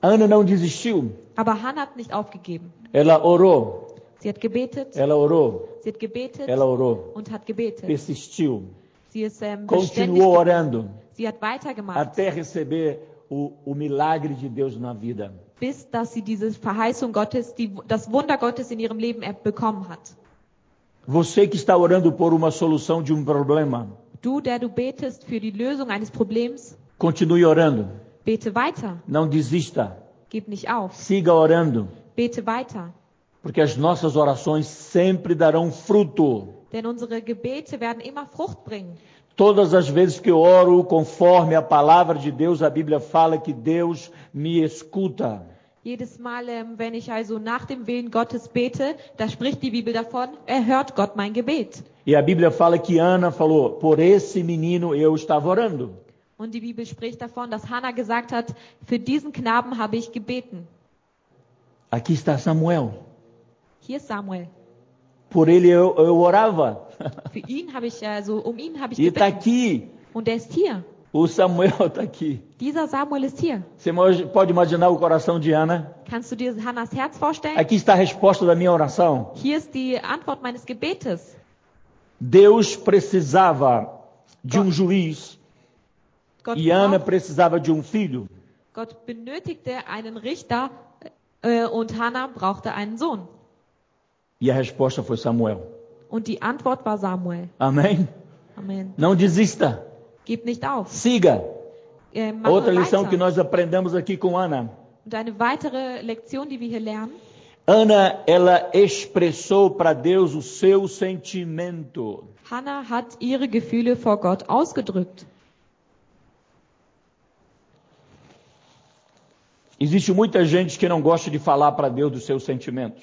[SPEAKER 1] Ana não desistiu.
[SPEAKER 2] Aber Hannah hat nicht aufgegeben.
[SPEAKER 1] Ela orou,
[SPEAKER 2] Sie hat gebetet.
[SPEAKER 1] ela orou,
[SPEAKER 2] Sie hat gebetet
[SPEAKER 1] ela orou.
[SPEAKER 2] und hat gebetet.
[SPEAKER 1] Persistiu,
[SPEAKER 2] Sie ist ähm, beständig.
[SPEAKER 1] continuou orando
[SPEAKER 2] Sie hat weitergemacht,
[SPEAKER 1] até receber o, o milagre de Deus na vida.
[SPEAKER 2] bis dass sie diese Verheißung Gottes, die, das Wunder Gottes in ihrem Leben er- bekommen hat.
[SPEAKER 1] Você que está orando por uma solução de um problema,
[SPEAKER 2] Du, der du betest für die Lösung eines Problems,
[SPEAKER 1] continue orando.
[SPEAKER 2] bete weiter.
[SPEAKER 1] Não desista.
[SPEAKER 2] Gib nicht auf.
[SPEAKER 1] Siga orando,
[SPEAKER 2] Bete weiter.
[SPEAKER 1] porque as nossas orações sempre darão fruto.
[SPEAKER 2] Denn unsere Gebete werden immer Frucht bringen.
[SPEAKER 1] Todas as vezes que eu oro conforme a palavra de Deus, a Bíblia fala que Deus me escuta.
[SPEAKER 2] Jedes Mal, ähm, wenn ich also nach dem Willen Gottes bete, da spricht die Bibel davon, erhört Gott mein Gebet.
[SPEAKER 1] E a Bíblia fala que Ana falou: Por esse menino eu estava orando.
[SPEAKER 2] Und die Bibel spricht davon, dass Hannah gesagt hat, für diesen Knaben habe ich gebeten.
[SPEAKER 1] Aqui está Samuel.
[SPEAKER 2] Hier ist Samuel.
[SPEAKER 1] Por ele eu, eu orava.
[SPEAKER 2] Für ihn habe ich, also um ihn habe ich
[SPEAKER 1] E está
[SPEAKER 2] gebeten.
[SPEAKER 1] aqui.
[SPEAKER 2] Und er ist hier.
[SPEAKER 1] O Samuel está aqui.
[SPEAKER 2] Dieser Samuel ist hier.
[SPEAKER 1] Você mo- pode imaginar o coração de Ana?
[SPEAKER 2] Kannst du dir Hannas Herz vorstellen?
[SPEAKER 1] Aqui está a resposta da minha oração.
[SPEAKER 2] Hier ist die Antwort meines Gebetes.
[SPEAKER 1] Deus precisava de um juiz
[SPEAKER 2] Gott,
[SPEAKER 1] E Ana
[SPEAKER 2] braucht-
[SPEAKER 1] precisava de um filho.
[SPEAKER 2] Gott benötigte einen Richter äh, und Hannah brauchte einen Sohn.
[SPEAKER 1] E a resposta foi Samuel.
[SPEAKER 2] Und die Antwort war Samuel.
[SPEAKER 1] Amém?
[SPEAKER 2] Amen.
[SPEAKER 1] Não desista.
[SPEAKER 2] Gib nicht auf.
[SPEAKER 1] Siga.
[SPEAKER 2] Äh, mache
[SPEAKER 1] Outra lição que
[SPEAKER 2] weiter.
[SPEAKER 1] nós aprendemos aqui com Ana.
[SPEAKER 2] Und eine weitere Lektion, die wir hier lernen,
[SPEAKER 1] Ana, ela expressou para Deus o seu sentimento.
[SPEAKER 2] Hannah hat ihre Gefühle vor Gott ausgedrückt.
[SPEAKER 1] Existe muita gente que não gosta de falar para Deus dos seus sentimentos.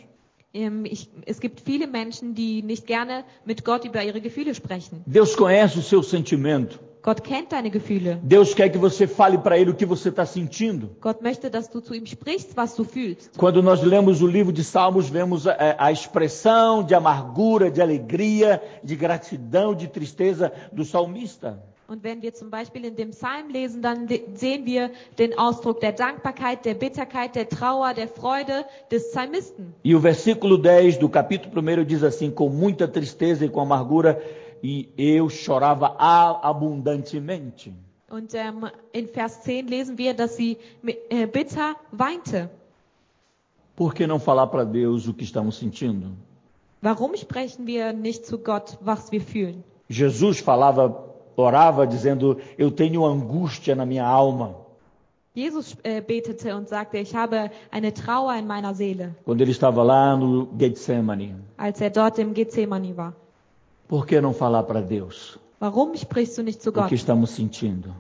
[SPEAKER 2] Ähm, ich, es gibt viele Menschen, die nicht gerne mit Gott über ihre Gefühle sprechen.
[SPEAKER 1] Deus conhece o seu sentimento.
[SPEAKER 2] Gott kennt deine Gefühle.
[SPEAKER 1] Deus quer que você fale para Ele o que você está sentindo.
[SPEAKER 2] Gott möchte, dass du zu ihm sprichst, was du fühlst.
[SPEAKER 1] Quando nós lemos o livro de Salmos, vemos a, a expressão de amargura, de alegria, de gratidão, de tristeza do salmista.
[SPEAKER 2] Und wenn wir zum Beispiel in dem Psalm lesen, dann de- sehen wir den Ausdruck der Dankbarkeit, der Bitterkeit, der Trauer, der Freude des Psalmisten.
[SPEAKER 1] E o versículo 10 do capítulo 1 diz assim: Com muita tristeza e com amargura, e eu chorava a- abundantemente.
[SPEAKER 2] Und ähm, in Vers 10 lesen wir, dass sie mi- äh, bitter weinte.
[SPEAKER 1] Por que não falar para Deus o que estamos sentindo?
[SPEAKER 2] Warum sprechen wir nicht zu Gott, was wir fühlen?
[SPEAKER 1] Jesus falava, orava, dizendo: Eu tenho angústia na minha alma.
[SPEAKER 2] Jesus äh, betete und sagte, ich habe eine Trauer in meiner Seele,
[SPEAKER 1] Quando ele estava lá no Getsemane.
[SPEAKER 2] als er dort im Gethsemane war.
[SPEAKER 1] Por que não falar para Deus
[SPEAKER 2] Warum sprichst du nicht zu
[SPEAKER 1] o que
[SPEAKER 2] Gott,
[SPEAKER 1] estamos sentindo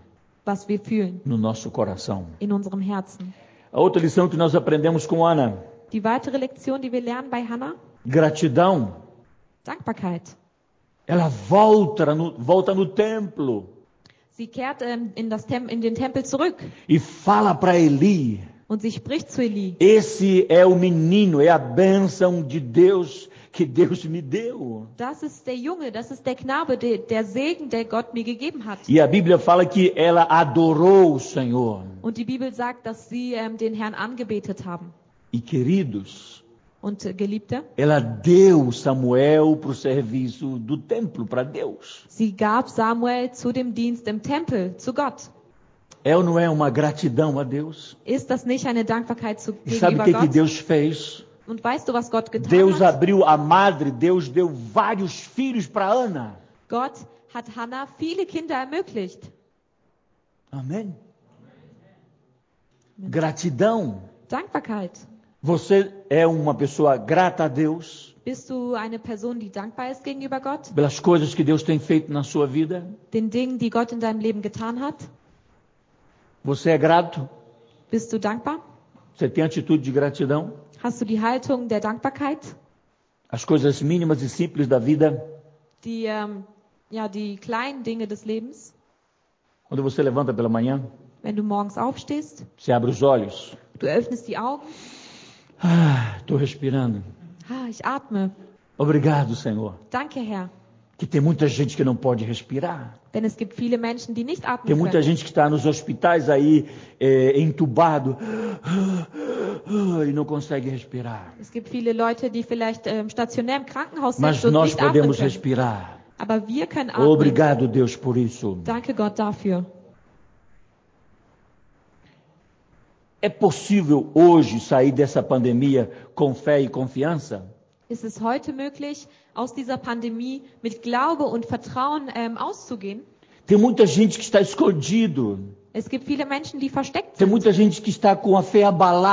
[SPEAKER 2] was wir fühlen
[SPEAKER 1] no nosso coração?
[SPEAKER 2] in unserem Herzen?
[SPEAKER 1] A outra lição que nós aprendemos com Ana:
[SPEAKER 2] Die weitere Lektion, die wir lernen bei Hannah,
[SPEAKER 1] gratidão.
[SPEAKER 2] Dankbarkeit.
[SPEAKER 1] Ela volta no, volta no templo.
[SPEAKER 2] Sie kehrt ähm, in, das Tem in den Tempel zurück
[SPEAKER 1] e fala para Eli:
[SPEAKER 2] und sie spricht zu Eli.
[SPEAKER 1] Esse é o menino, é a bênção de Deus que Deus me deu.
[SPEAKER 2] Das ist der Junge, das ist der Knabe, der, der Segen, der Gott mir gegeben hat.
[SPEAKER 1] E a Bíblia fala que ela adorou o Senhor.
[SPEAKER 2] Und die Bibel sagt, dass sie ähm, den Herrn angebetet haben.
[SPEAKER 1] E queridos,
[SPEAKER 2] Und äh, Geliebte,
[SPEAKER 1] ela deu Samuel para o serviço do templo, para Deus.
[SPEAKER 2] sie gab Samuel zu dem Dienst im Tempel, zu Gott.
[SPEAKER 1] É ou não é uma gratidão a Deus?
[SPEAKER 2] Ist das nicht eine Dankbarkeit zu
[SPEAKER 1] E sabe o
[SPEAKER 2] gegenüber
[SPEAKER 1] que, que
[SPEAKER 2] Gott?
[SPEAKER 1] Deus fez?
[SPEAKER 2] Und weißt du, was Gott getan
[SPEAKER 1] Deus
[SPEAKER 2] hat?
[SPEAKER 1] abriu a madre, Deus deu vários filhos para Ana.
[SPEAKER 2] Gott hat Hannah viele Kinder ermöglicht.
[SPEAKER 1] Amém? Gratidão.
[SPEAKER 2] Dankbarkeit.
[SPEAKER 1] Você é uma pessoa grata a Deus
[SPEAKER 2] Bist du eine Person, die dankbar ist gegenüber Gott?
[SPEAKER 1] pelas coisas que Deus tem feito na sua vida?
[SPEAKER 2] Den Dingen, die Gott in deinem Leben getan hat?
[SPEAKER 1] Você é grato?
[SPEAKER 2] Bist du dankbar?
[SPEAKER 1] Você tem atitude de gratidão?
[SPEAKER 2] Hast du die Haltung der Dankbarkeit?
[SPEAKER 1] As coisas mínimas e simples da vida,
[SPEAKER 2] Die, ähm, ja, die kleinen Dinge des Lebens?
[SPEAKER 1] quando você levanta pela manhã,
[SPEAKER 2] Wenn du morgens aufstehst,
[SPEAKER 1] você abre os olhos.
[SPEAKER 2] du öffnest die Augen.
[SPEAKER 1] Estou respirando.
[SPEAKER 2] Ah, ich atme.
[SPEAKER 1] Obrigado, Senhor.
[SPEAKER 2] Danke, Herr.
[SPEAKER 1] Que tem muita gente que não pode respirar.
[SPEAKER 2] Denn es gibt viele Menschen, die nicht
[SPEAKER 1] Tem
[SPEAKER 2] atmen
[SPEAKER 1] muita
[SPEAKER 2] können.
[SPEAKER 1] gente que está nos hospitais aí, é, entubado, e não consegue respirar.
[SPEAKER 2] Es gibt viele Leute, die vielleicht ähm, stationär im Krankenhaus
[SPEAKER 1] Mas
[SPEAKER 2] sind und
[SPEAKER 1] nós
[SPEAKER 2] nicht atmen
[SPEAKER 1] podemos
[SPEAKER 2] können.
[SPEAKER 1] respirar.
[SPEAKER 2] Aber wir können atmen.
[SPEAKER 1] Obrigado, Deus, por isso.
[SPEAKER 2] Danke Gott dafür.
[SPEAKER 1] É possível hoje sair dessa pandemia com fé e confiança?
[SPEAKER 2] Ist es heute möglich, aus dieser Pandemie mit Glaube und Vertrauen ähm, auszugehen?
[SPEAKER 1] Tem muita gente que está escondido.
[SPEAKER 2] Es gibt viele Menschen, die versteckt
[SPEAKER 1] Tem
[SPEAKER 2] sind.
[SPEAKER 1] muita gente que está com a fé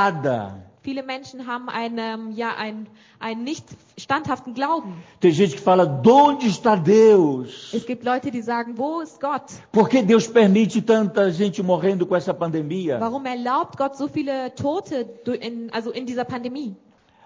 [SPEAKER 1] abalada.
[SPEAKER 2] Viele Menschen haben einen, ähm, ja, einen, einen nicht standhaften Glauben.
[SPEAKER 1] Tem gente que fala: "De onde está Deus?
[SPEAKER 2] Es gibt Leute, die sagen, wo ist Gott?
[SPEAKER 1] Por que Deus permite tanta gente morrendo com essa pandemia?"
[SPEAKER 2] Warum erlaubt Gott so viele Tote du- in, also in dieser Pandemie?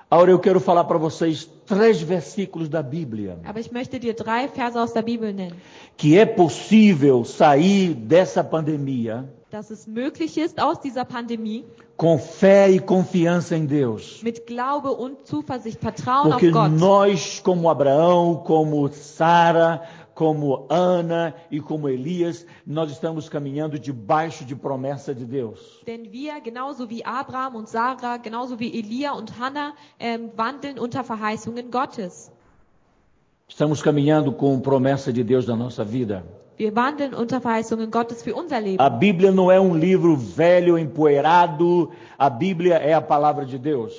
[SPEAKER 1] Agora eu quero falar para vocês três versículos da Bíblia
[SPEAKER 2] Aber ich möchte dir drei Verse aus der Bibel nennen,
[SPEAKER 1] que é possível sair dessa pandemia
[SPEAKER 2] dass es möglich ist, aus dieser Pandemie
[SPEAKER 1] com fé e confiança em Deus.
[SPEAKER 2] mit Glaube und Zuversicht Vertrauen auf
[SPEAKER 1] Porque
[SPEAKER 2] Gott.
[SPEAKER 1] nós, como Abraão, como Sara, como Ana e como Elias, nós estamos caminhando debaixo de promessa de Deus.
[SPEAKER 2] Denn wir, genauso wie Abraham und Sarah, genauso wie Elia und Hannah, ähm, wandeln unter Verheißungen Gottes.
[SPEAKER 1] Estamos caminhando com promessa de Deus na nossa vida.
[SPEAKER 2] Wir wandeln unter Verheißungen Gottes für unser Leben.
[SPEAKER 1] A Bíblia não é um livro velho, empoeirado. A Bíblia é a palavra de Deus.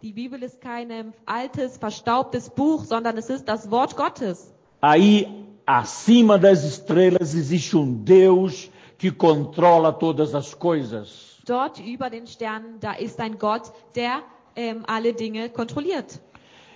[SPEAKER 2] Die Bibel ist kein ähm, altes, verstaubtes Buch, sondern es ist das Wort Gottes.
[SPEAKER 1] Aí, acima das estrelas, existe um Deus que controla todas as coisas.
[SPEAKER 2] Dort über den Sternen, da ist ein Gott, der ähm, alle Dinge kontrolliert.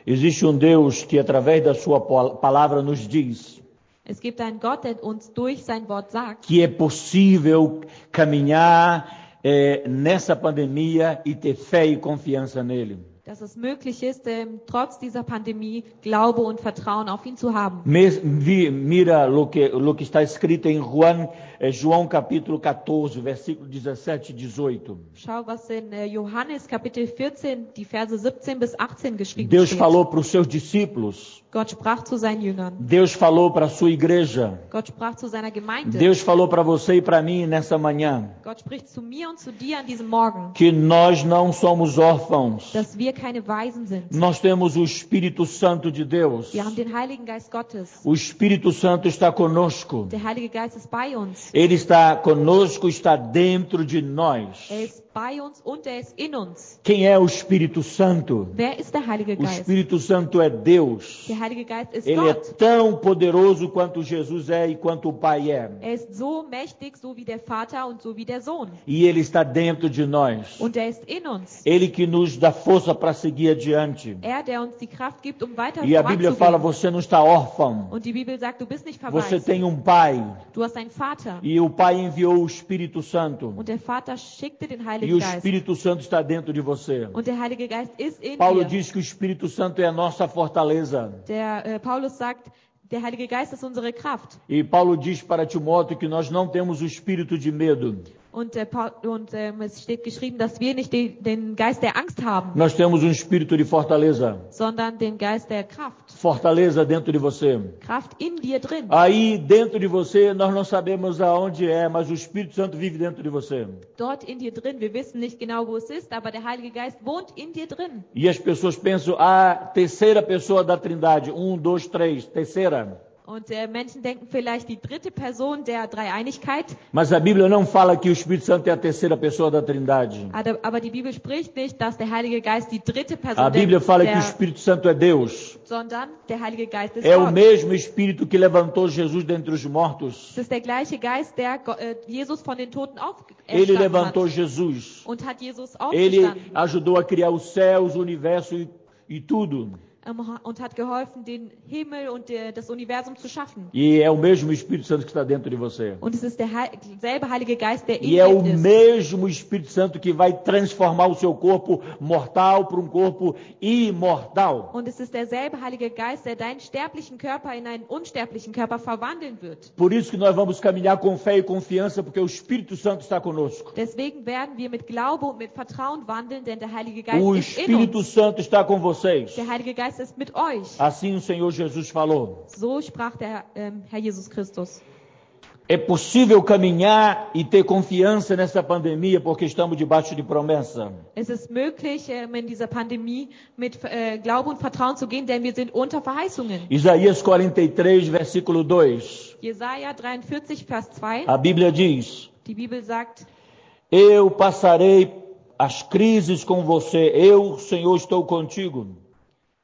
[SPEAKER 1] Existe um Deus que, através da sua pol- palavra, nos diz:
[SPEAKER 2] Es gibt einen Gott, der uns durch sein Wort sagt,
[SPEAKER 1] que é possível caminhar eh, nessa pandemia e ter fé e confiança nele.
[SPEAKER 2] dass es möglich ist, ähm, trotz dieser Pandemie Glaube und Vertrauen auf ihn zu haben.
[SPEAKER 1] Mes- vi- Mira o que, o que está escrito em Juan, eh, João capítulo 14, versículo 17 e 18.
[SPEAKER 2] Schau, was in äh, Johannes Kapitel 14, die Verse 17 bis 18 geschrieben
[SPEAKER 1] Deus
[SPEAKER 2] steht.
[SPEAKER 1] falou para os seus discípulos,
[SPEAKER 2] Gott sprach zu seinen Jüngern.
[SPEAKER 1] Deus falou para a sua igreja,
[SPEAKER 2] Gott sprach zu seiner Gemeinde.
[SPEAKER 1] Deus falou para você e para mim nessa manhã,
[SPEAKER 2] Gott spricht zu mir und zu dir an diesem Morgen,
[SPEAKER 1] que nós não somos órfãos.
[SPEAKER 2] dass wir keine Weisen sind.
[SPEAKER 1] Nós temos o Espírito Santo de Deus.
[SPEAKER 2] Wir haben den Heiligen Geist Gottes.
[SPEAKER 1] O Espírito Santo está conosco.
[SPEAKER 2] Der Heilige Geist ist bei uns.
[SPEAKER 1] Ele está conosco, está dentro de nós.
[SPEAKER 2] Er ist bei uns und er ist in uns.
[SPEAKER 1] Quem é o Espírito Santo?
[SPEAKER 2] Wer ist der Heilige
[SPEAKER 1] O
[SPEAKER 2] Geist?
[SPEAKER 1] Espírito Santo é Deus.
[SPEAKER 2] Der Heilige Geist ist
[SPEAKER 1] Ele é
[SPEAKER 2] Gott.
[SPEAKER 1] tão poderoso quanto Jesus é e quanto o Pai é.
[SPEAKER 2] Er ist so mächtig, so wie der Vater und so wie der Sohn.
[SPEAKER 1] E ele está dentro de nós.
[SPEAKER 2] Und er ist in uns.
[SPEAKER 1] Ele que nos dá força para seguir adiante.
[SPEAKER 2] Er, der uns die Kraft gibt, um weiter
[SPEAKER 1] E a Bíblia fala:
[SPEAKER 2] voranzugehen.
[SPEAKER 1] você não está órfão.
[SPEAKER 2] Und die Bibel sagt, du bist nicht
[SPEAKER 1] Você
[SPEAKER 2] verwaist.
[SPEAKER 1] tem um Pai.
[SPEAKER 2] Du hast einen Vater.
[SPEAKER 1] E o Pai enviou o Espírito Santo.
[SPEAKER 2] Und der Vater schickte den
[SPEAKER 1] E o
[SPEAKER 2] Heiligen Geist.
[SPEAKER 1] Espírito Santo está dentro de você.
[SPEAKER 2] Und der Heilige Geist ist in
[SPEAKER 1] Paulo
[SPEAKER 2] dir.
[SPEAKER 1] diz que o Espírito Santo é a nossa fortaleza.
[SPEAKER 2] Der äh, Paulus sagt, der Heilige Geist ist unsere Kraft.
[SPEAKER 1] E Paulo diz para Timóteo que nós não temos o espírito de medo,
[SPEAKER 2] Und, der Paul, und ähm, es steht geschrieben, dass wir nicht die, den Geist der Angst haben,
[SPEAKER 1] nós temos um espírito de fortaleza.
[SPEAKER 2] sondern den Geist der Kraft.
[SPEAKER 1] Fortaleza dentro de você.
[SPEAKER 2] Kraft in dir drin.
[SPEAKER 1] Aí dentro de você nós não sabemos aonde é, mas o Espírito Santo vive dentro de você.
[SPEAKER 2] Dort in dir drin. Wir wissen nicht genau, wo es ist, aber der Heilige Geist wohnt in dir drin.
[SPEAKER 1] E as pessoas pensam, ah, terceira pessoa da Trindade, um, dois, três, terceira.
[SPEAKER 2] Und äh, Menschen denken vielleicht die dritte Person der Dreieinigkeit,
[SPEAKER 1] Mas a Bíblia não fala que o Espírito Santo é a terceira pessoa da Trindade.
[SPEAKER 2] aber aber die Bibel spricht nicht, dass der Heilige Geist die dritte Person
[SPEAKER 1] A Bíblia
[SPEAKER 2] der,
[SPEAKER 1] fala que o
[SPEAKER 2] der,
[SPEAKER 1] Espírito Santo é Deus.
[SPEAKER 2] sondern der Heilige Geist ist
[SPEAKER 1] É o
[SPEAKER 2] Gott.
[SPEAKER 1] mesmo Espírito que levantou Jesus dentre os mortos.
[SPEAKER 2] Es ist der gleiche Geist, der Go- äh, Jesus von den Toten
[SPEAKER 1] Ele
[SPEAKER 2] auferstanden hat
[SPEAKER 1] levantou Jesus.
[SPEAKER 2] und hat Jesus
[SPEAKER 1] Ele
[SPEAKER 2] aufgestanden
[SPEAKER 1] ajudou a criar os céus, o universo e, e tudo.
[SPEAKER 2] ähm, ha- und hat geholfen, den Himmel und der, das Universum zu schaffen.
[SPEAKER 1] E é o mesmo Espírito Santo que está dentro de você.
[SPEAKER 2] Und es ist der Heil selbe Heilige Geist, der in
[SPEAKER 1] E é o
[SPEAKER 2] dir ist.
[SPEAKER 1] mesmo Espírito Santo que vai transformar o seu corpo mortal para um corpo imortal.
[SPEAKER 2] Und es ist derselbe Heilige Geist, der deinen sterblichen Körper in einen unsterblichen Körper verwandeln wird.
[SPEAKER 1] Por isso que nós vamos caminhar com fé e confiança, porque o Espírito Santo está conosco.
[SPEAKER 2] Deswegen werden wir mit Glaube und mit Vertrauen wandeln, denn der Heilige Geist
[SPEAKER 1] O
[SPEAKER 2] ist in
[SPEAKER 1] Espírito
[SPEAKER 2] uns.
[SPEAKER 1] Santo está com vocês.
[SPEAKER 2] Der Heilige Geist ist mit euch.
[SPEAKER 1] Assim o Senhor Jesus falou.
[SPEAKER 2] So sprach der ähm, Herr Jesus Christus.
[SPEAKER 1] É possível caminhar e ter confiança nessa pandemia porque estamos debaixo de promessa.
[SPEAKER 2] Es ist möglich, ähm, in dieser Pandemie mit äh, Glaube und Vertrauen zu gehen, denn wir sind unter Verheißungen.
[SPEAKER 1] Isaías 43, versículo 2.
[SPEAKER 2] Jesaja 43, Vers 2.
[SPEAKER 1] A Bíblia diz:
[SPEAKER 2] Die Bibel sagt,
[SPEAKER 1] Eu passarei as crises com você, eu, Senhor, estou contigo.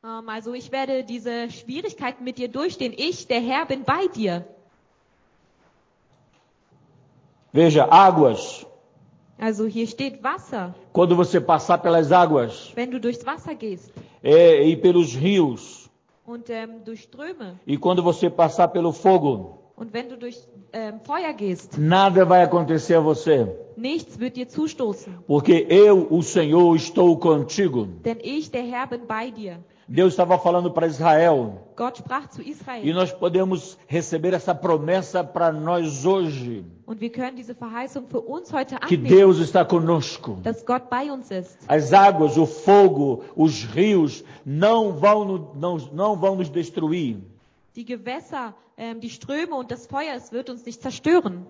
[SPEAKER 2] ähm, also ich werde diese Schwierigkeiten mit dir durchstehen. Ich, der Herr, bin bei dir.
[SPEAKER 1] Veja, águas.
[SPEAKER 2] Also hier steht Wasser,
[SPEAKER 1] Quando você passar pelas águas
[SPEAKER 2] wenn du durchs Wasser gehst
[SPEAKER 1] é, e pelos rios,
[SPEAKER 2] und ähm, durch Ströme
[SPEAKER 1] e quando você passar pelo fogo,
[SPEAKER 2] und wenn du durch ähm, Feuer gehst.
[SPEAKER 1] nada vai acontecer a você,
[SPEAKER 2] Nichts wird dir zustoßen,
[SPEAKER 1] porque eu, o Senhor, estou contigo.
[SPEAKER 2] denn ich, der Herr, bin bei dir.
[SPEAKER 1] Deus estava falando para Israel.
[SPEAKER 2] Gott sprach zu
[SPEAKER 1] E
[SPEAKER 2] Israel
[SPEAKER 1] nós podemos receber essa promessa para nós hoje,
[SPEAKER 2] und wir können diese Verheißung für uns heute
[SPEAKER 1] que
[SPEAKER 2] annehmen,
[SPEAKER 1] Deus está conosco.
[SPEAKER 2] dass Gott bei uns ist.
[SPEAKER 1] As águas, o fogo, os rios não vão, no- não, não vão nos destruir.
[SPEAKER 2] Die Gewässer, ähm, die Ströme und das Feuer, es wird uns nicht zerstören.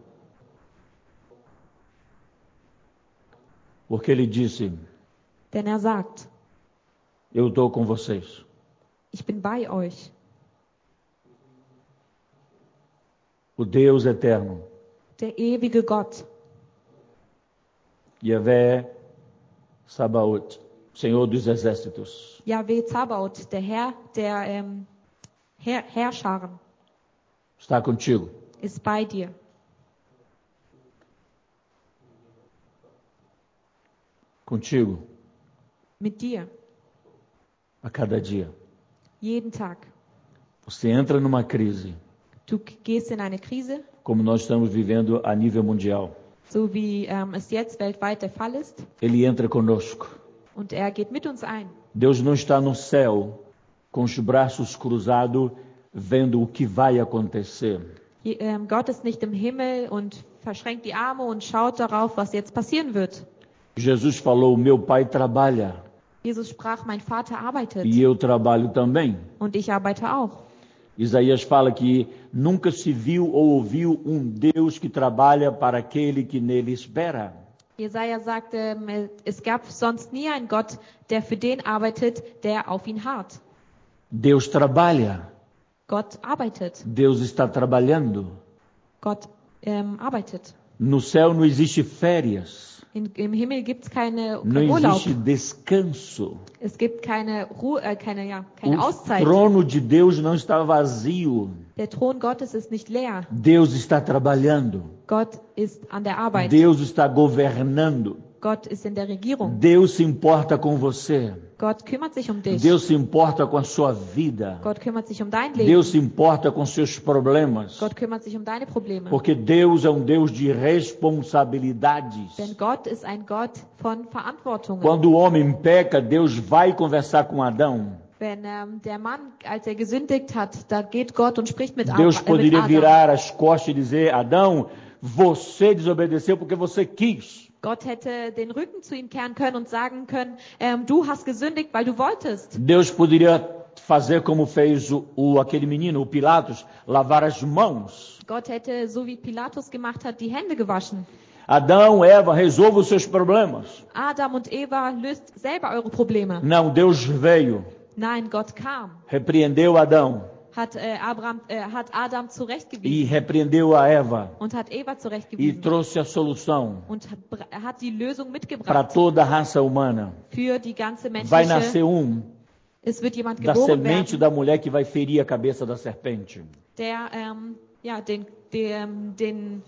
[SPEAKER 1] Porque ele disse:
[SPEAKER 2] Denn er sagt,
[SPEAKER 1] Eu estou com vocês.
[SPEAKER 2] ich bin bei euch.
[SPEAKER 1] O Deus eterno,
[SPEAKER 2] Der ewige Gott,
[SPEAKER 1] Yahvé Sabaoth, Senhor dos exércitos.
[SPEAKER 2] Yahweh Zabaoth, der Herr der ähm, Herr, Herrscharen,
[SPEAKER 1] Está contigo.
[SPEAKER 2] ist bei dir.
[SPEAKER 1] Contigo
[SPEAKER 2] Mit dir.
[SPEAKER 1] a cada dia.
[SPEAKER 2] Jeden Tag.
[SPEAKER 1] Você entra numa crise,
[SPEAKER 2] Du k- gehst in eine Krise,
[SPEAKER 1] como nós estamos vivendo a nível mundial.
[SPEAKER 2] so wie ähm, es jetzt weltweit der Fall ist,
[SPEAKER 1] Ele entra conosco.
[SPEAKER 2] und er geht mit uns ein.
[SPEAKER 1] Deus não está no céu com os braços cruzados, vendo o que vai acontecer.
[SPEAKER 2] Je- ähm, Gott ist nicht im Himmel und verschränkt die Arme und schaut darauf, was jetzt passieren wird.
[SPEAKER 1] Jesus falou: Meu pai trabalha
[SPEAKER 2] Jesus sprach, mein Vater arbeitet
[SPEAKER 1] e eu trabalho também.
[SPEAKER 2] und ich arbeite auch.
[SPEAKER 1] Isaías fala que nunca se viu ou ouviu um Deus que trabalha para aquele que nele espera.
[SPEAKER 2] Jesaja sagte, ähm, es gab sonst nie einen Gott, der für den arbeitet, der auf ihn hart.
[SPEAKER 1] Deus trabalha,
[SPEAKER 2] Gott arbeitet.
[SPEAKER 1] Deus está trabalhando.
[SPEAKER 2] Gott ähm, arbeitet.
[SPEAKER 1] No céu não existe férias,
[SPEAKER 2] In, Im Himmel gibt's keine
[SPEAKER 1] não
[SPEAKER 2] keinen Urlaub.
[SPEAKER 1] existe descanso.
[SPEAKER 2] Es gibt keine Ruhe, äh, keine, ja, keine
[SPEAKER 1] O
[SPEAKER 2] Auszeit.
[SPEAKER 1] trono de Deus não está vazio.
[SPEAKER 2] Der Thron Gottes ist nicht leer.
[SPEAKER 1] Deus está trabalhando.
[SPEAKER 2] Gott ist an der Arbeit.
[SPEAKER 1] Deus está governando.
[SPEAKER 2] Gott ist in der Regierung.
[SPEAKER 1] Deus se importa com você.
[SPEAKER 2] Gott kümmert sich um dich.
[SPEAKER 1] Deus se importa com a sua vida.
[SPEAKER 2] Gott kümmert sich um dein Leben.
[SPEAKER 1] Deus se importa com seus problemas.
[SPEAKER 2] Gott kümmert sich um deine Probleme.
[SPEAKER 1] Porque Deus é um Deus de responsabilidades.
[SPEAKER 2] Denn Gott ist ein Gott von Verantwortungen.
[SPEAKER 1] Quando o homem peca, Deus vai conversar com Adão.
[SPEAKER 2] Wenn ähm, der Mann, als er gesündigt hat, da geht Gott und spricht mit, Ab-
[SPEAKER 1] Deus
[SPEAKER 2] äh, mit
[SPEAKER 1] poderia
[SPEAKER 2] Adam.
[SPEAKER 1] virar as costas e dizer: Adão, você desobedeceu porque você quis.
[SPEAKER 2] Gott hätte den Rücken zu ihm kehren können und sagen können, ähm, du hast gesündigt, weil du wolltest.
[SPEAKER 1] Deus poderia fazer como fez o, o- aquele menino, o Pilatos, lavar as mãos.
[SPEAKER 2] Gott hätte, so wie Pilatus gemacht hat, die Hände gewaschen.
[SPEAKER 1] Adão, Eva, resolva os seus problemas.
[SPEAKER 2] Adam und Eva, löst selber eure Probleme.
[SPEAKER 1] Não, Deus veio,
[SPEAKER 2] Nein, Gott kam,
[SPEAKER 1] repreendeu Adão
[SPEAKER 2] hat, äh, Abraham, äh, hat Adam
[SPEAKER 1] e
[SPEAKER 2] zurechtgewiesen
[SPEAKER 1] repreendeu a Eva
[SPEAKER 2] und hat Eva
[SPEAKER 1] e
[SPEAKER 2] zurechtgewiesen
[SPEAKER 1] trouxe a solução
[SPEAKER 2] und hat, br- hat die Lösung
[SPEAKER 1] para
[SPEAKER 2] mitgebracht
[SPEAKER 1] toda a raça humana.
[SPEAKER 2] für die ganze
[SPEAKER 1] Vai
[SPEAKER 2] menschliche.
[SPEAKER 1] nascer um
[SPEAKER 2] Es wird jemand
[SPEAKER 1] da
[SPEAKER 2] geboren werden.
[SPEAKER 1] semente da mulher que vai ferir a cabeça da serpente.
[SPEAKER 2] der ähm, ja, den, den, den,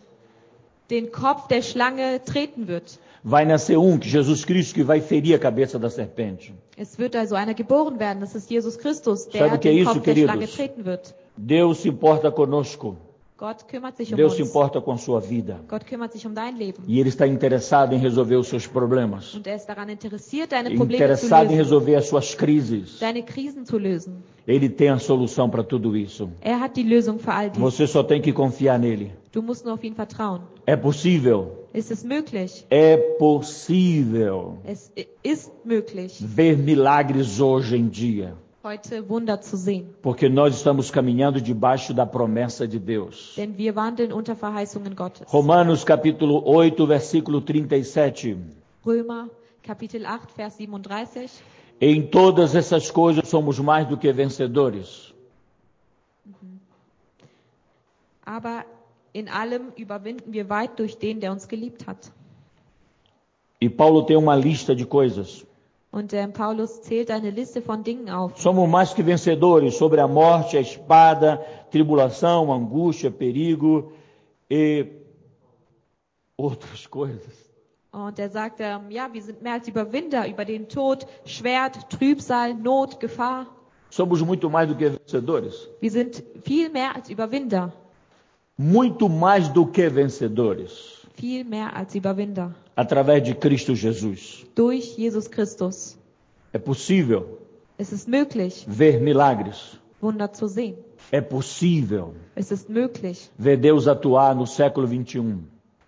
[SPEAKER 2] den Kopf der Schlange treten wird.
[SPEAKER 1] Vai nascer um, que Jesus Cristo, que vai ferir a cabeça da serpente.
[SPEAKER 2] Es wird also einer geboren werden. Das ist Jesus Christus, der
[SPEAKER 1] Sabe o que é
[SPEAKER 2] den
[SPEAKER 1] isso,
[SPEAKER 2] Kopf der
[SPEAKER 1] queridos?
[SPEAKER 2] Schlange treten wird.
[SPEAKER 1] Deus se importa conosco.
[SPEAKER 2] Gott kümmert sich um
[SPEAKER 1] Deus se
[SPEAKER 2] uns.
[SPEAKER 1] importa com a sua vida.
[SPEAKER 2] Gott kümmert sich um dein Leben.
[SPEAKER 1] E Ele está interessado em resolver os seus problemas.
[SPEAKER 2] Und er ist daran interessiert, deine Probleme zu
[SPEAKER 1] Interessado em
[SPEAKER 2] lösen,
[SPEAKER 1] resolver as suas crises.
[SPEAKER 2] deine Krisen zu lösen.
[SPEAKER 1] Ele tem a solução para tudo isso.
[SPEAKER 2] Er hat die Lösung für all dies.
[SPEAKER 1] Você só tem que confiar nele.
[SPEAKER 2] Du musst nur auf ihn vertrauen.
[SPEAKER 1] É possível.
[SPEAKER 2] Ist es möglich?
[SPEAKER 1] É possível
[SPEAKER 2] Es i- ist möglich,
[SPEAKER 1] ver milagres hoje em dia.
[SPEAKER 2] heute Wunder zu sehen.
[SPEAKER 1] Porque nós estamos caminhando debaixo da promessa de Deus.
[SPEAKER 2] Denn wir wandeln unter Verheißungen Gottes.
[SPEAKER 1] Romanos capítulo 8, versículo 37.
[SPEAKER 2] Römer Kapitel 8, Vers 37.
[SPEAKER 1] Em todas essas coisas somos mais do que vencedores.
[SPEAKER 2] Aber in allem überwinden wir weit durch den, der uns geliebt hat.
[SPEAKER 1] E Paulo tem uma lista de coisas.
[SPEAKER 2] Und ähm, Paulus zählt eine Liste von Dingen auf.
[SPEAKER 1] Somos mais que vencedores sobre a morte, a espada, tribulação, angústia, perigo e outras coisas.
[SPEAKER 2] Und er sagt, ähm, ja, wir sind mehr als Überwinder über den Tod, Schwert, Trübsal, Not, Gefahr.
[SPEAKER 1] Somos muito mais do que vencedores.
[SPEAKER 2] Wir sind viel mehr als Überwinder.
[SPEAKER 1] Muito mais do que vencedores.
[SPEAKER 2] Viel mehr als Überwinder.
[SPEAKER 1] Através de Cristo Jesus.
[SPEAKER 2] Durch Jesus Christus.
[SPEAKER 1] É possível
[SPEAKER 2] Es ist möglich,
[SPEAKER 1] ver milagres.
[SPEAKER 2] Wunder zu sehen.
[SPEAKER 1] É possível
[SPEAKER 2] Es ist möglich,
[SPEAKER 1] ver Deus atuar no século 21.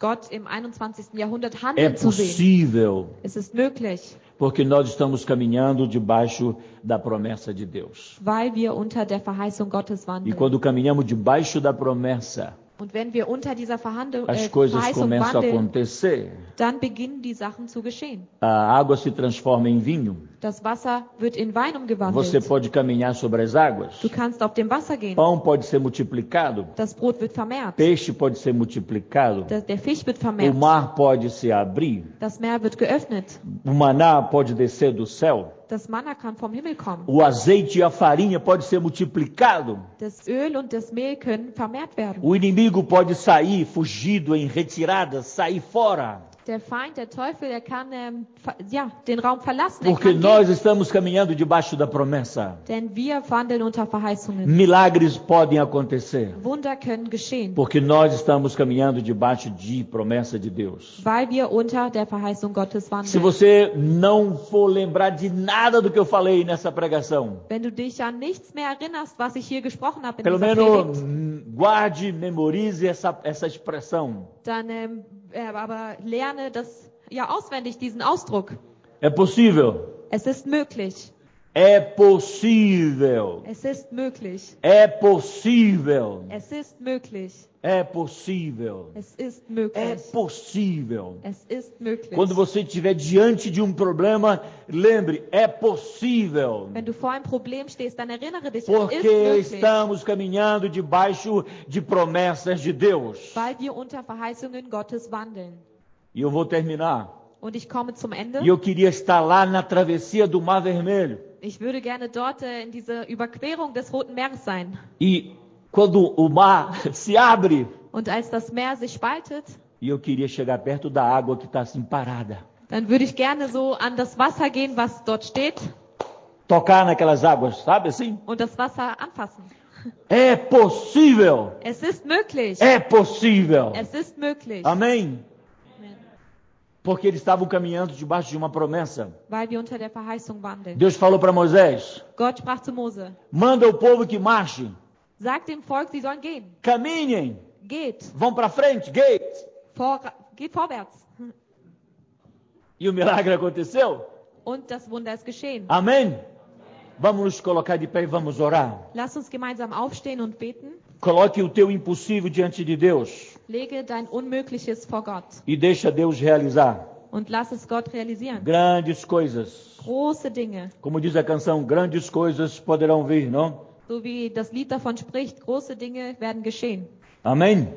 [SPEAKER 2] Gott im 21. Jahrhundert
[SPEAKER 1] É
[SPEAKER 2] handeln zu sehen.
[SPEAKER 1] possível,
[SPEAKER 2] Es ist möglich.
[SPEAKER 1] porque nós estamos caminhando debaixo da promessa de Deus.
[SPEAKER 2] weil wir unter der Verheißung Gottes
[SPEAKER 1] E
[SPEAKER 2] wandeln.
[SPEAKER 1] quando caminhamos debaixo da promessa,
[SPEAKER 2] Und wenn wir unter dieser Verhandlung,
[SPEAKER 1] as
[SPEAKER 2] äh,
[SPEAKER 1] coisas
[SPEAKER 2] Verheißung
[SPEAKER 1] começam a
[SPEAKER 2] wandeln,
[SPEAKER 1] acontecer.
[SPEAKER 2] dann beginnen die Sachen zu geschehen.
[SPEAKER 1] A água se transforma em vinho.
[SPEAKER 2] Das Wasser wird in Wein
[SPEAKER 1] Você
[SPEAKER 2] umgewandelt.
[SPEAKER 1] pode caminhar sobre as águas.
[SPEAKER 2] Du kannst auf dem Wasser gehen.
[SPEAKER 1] Pão pode ser multiplicado.
[SPEAKER 2] Das Brot wird vermehrt.
[SPEAKER 1] Peixe pode ser multiplicado.
[SPEAKER 2] Der, der Fisch wird
[SPEAKER 1] O
[SPEAKER 2] vermehrt.
[SPEAKER 1] mar pode se abrir.
[SPEAKER 2] Das Meer wird geöffnet.
[SPEAKER 1] O maná pode descer do céu.
[SPEAKER 2] Das Manna kann vom Himmel kommen.
[SPEAKER 1] O azeite e a farinha pode ser multiplicado.
[SPEAKER 2] Das Öl und das Mehl
[SPEAKER 1] Oh.
[SPEAKER 2] können vermehrt werden.
[SPEAKER 1] O inimigo pode sair fugido em retirada, sair fora.
[SPEAKER 2] der Feind, der Teufel, der kann ähm, ver- ja, den Raum verlassen. Er
[SPEAKER 1] Porque
[SPEAKER 2] kann
[SPEAKER 1] nós
[SPEAKER 2] gehen,
[SPEAKER 1] estamos caminhando debaixo da promessa.
[SPEAKER 2] denn wir wandeln unter Verheißungen.
[SPEAKER 1] Milagres podem acontecer.
[SPEAKER 2] Wunder können geschehen,
[SPEAKER 1] Porque nós estamos caminhando debaixo de promessa de Deus.
[SPEAKER 2] weil wir unter der Verheißung Gottes
[SPEAKER 1] Se
[SPEAKER 2] wandeln.
[SPEAKER 1] você não for lembrar de nada do que eu falei nessa pregação,
[SPEAKER 2] Wenn du dich an nichts mehr erinnerst, was ich hier gesprochen habe in
[SPEAKER 1] pelo
[SPEAKER 2] dieser
[SPEAKER 1] menos
[SPEAKER 2] Predigt,
[SPEAKER 1] hum, guarde, memorize essa, essa expressão.
[SPEAKER 2] dann ähm, äh, aber lerne das ja auswendig, diesen Ausdruck.
[SPEAKER 1] É possível?
[SPEAKER 2] Es ist möglich.
[SPEAKER 1] É possível.
[SPEAKER 2] Es ist möglich.
[SPEAKER 1] É possível.
[SPEAKER 2] Es ist möglich.
[SPEAKER 1] É possível.
[SPEAKER 2] Es ist
[SPEAKER 1] É
[SPEAKER 2] möglich.
[SPEAKER 1] possível.
[SPEAKER 2] Es ist möglich.
[SPEAKER 1] Quando você estiver diante de um problema, lembre, é possível.
[SPEAKER 2] Wenn du vor einem Problem stehst, dann erinnere dich,
[SPEAKER 1] Porque
[SPEAKER 2] es ist möglich,
[SPEAKER 1] estamos caminhando debaixo de promessas de Deus.
[SPEAKER 2] weil wir unter Verheißungen Gottes wandeln.
[SPEAKER 1] E eu vou terminar.
[SPEAKER 2] Und ich komme zum Ende.
[SPEAKER 1] E eu queria estar lá na travessia do Mar Vermelho.
[SPEAKER 2] Ich würde gerne dort äh, in dieser Überquerung des Roten Meeres sein.
[SPEAKER 1] E quando o mar se abre,
[SPEAKER 2] Und als das Meer sich spaltet,
[SPEAKER 1] e eu queria chegar perto da água que está assim parada.
[SPEAKER 2] dann würde ich gerne so an das Wasser gehen, was dort steht,
[SPEAKER 1] Tocar naquelas águas, sabe assim?
[SPEAKER 2] und das Wasser anfassen.
[SPEAKER 1] É possível.
[SPEAKER 2] Es ist möglich.
[SPEAKER 1] É possível.
[SPEAKER 2] Es ist möglich,
[SPEAKER 1] Amém? Porque eles estavam caminhando debaixo de uma promessa.
[SPEAKER 2] weil wir unter der Verheißung wandeln.
[SPEAKER 1] Deus falou para Moisés:
[SPEAKER 2] Gott sprach zu Mose,
[SPEAKER 1] manda o povo que marche,
[SPEAKER 2] sagt dem Volk, sie sollen gehen.
[SPEAKER 1] caminhem,
[SPEAKER 2] Geht.
[SPEAKER 1] vão para frente, gate.
[SPEAKER 2] Vor, geht vorwärts.
[SPEAKER 1] E o milagre aconteceu.
[SPEAKER 2] Und das Wunder ist geschehen.
[SPEAKER 1] Amém? Vamos nos colocar de pé e vamos orar.
[SPEAKER 2] Lass uns gemeinsam aufstehen und beten.
[SPEAKER 1] Coloque o teu impossível diante de Deus
[SPEAKER 2] Lege dein Unmögliches vor Gott
[SPEAKER 1] e deixa Deus realizar
[SPEAKER 2] und lass es Gott realisieren.
[SPEAKER 1] grandes coisas.
[SPEAKER 2] Große Dinge,
[SPEAKER 1] Como diz a canção, grandes coisas poderão vir, não?
[SPEAKER 2] so wie das Lied davon spricht, große Dinge werden geschehen.
[SPEAKER 1] Amém?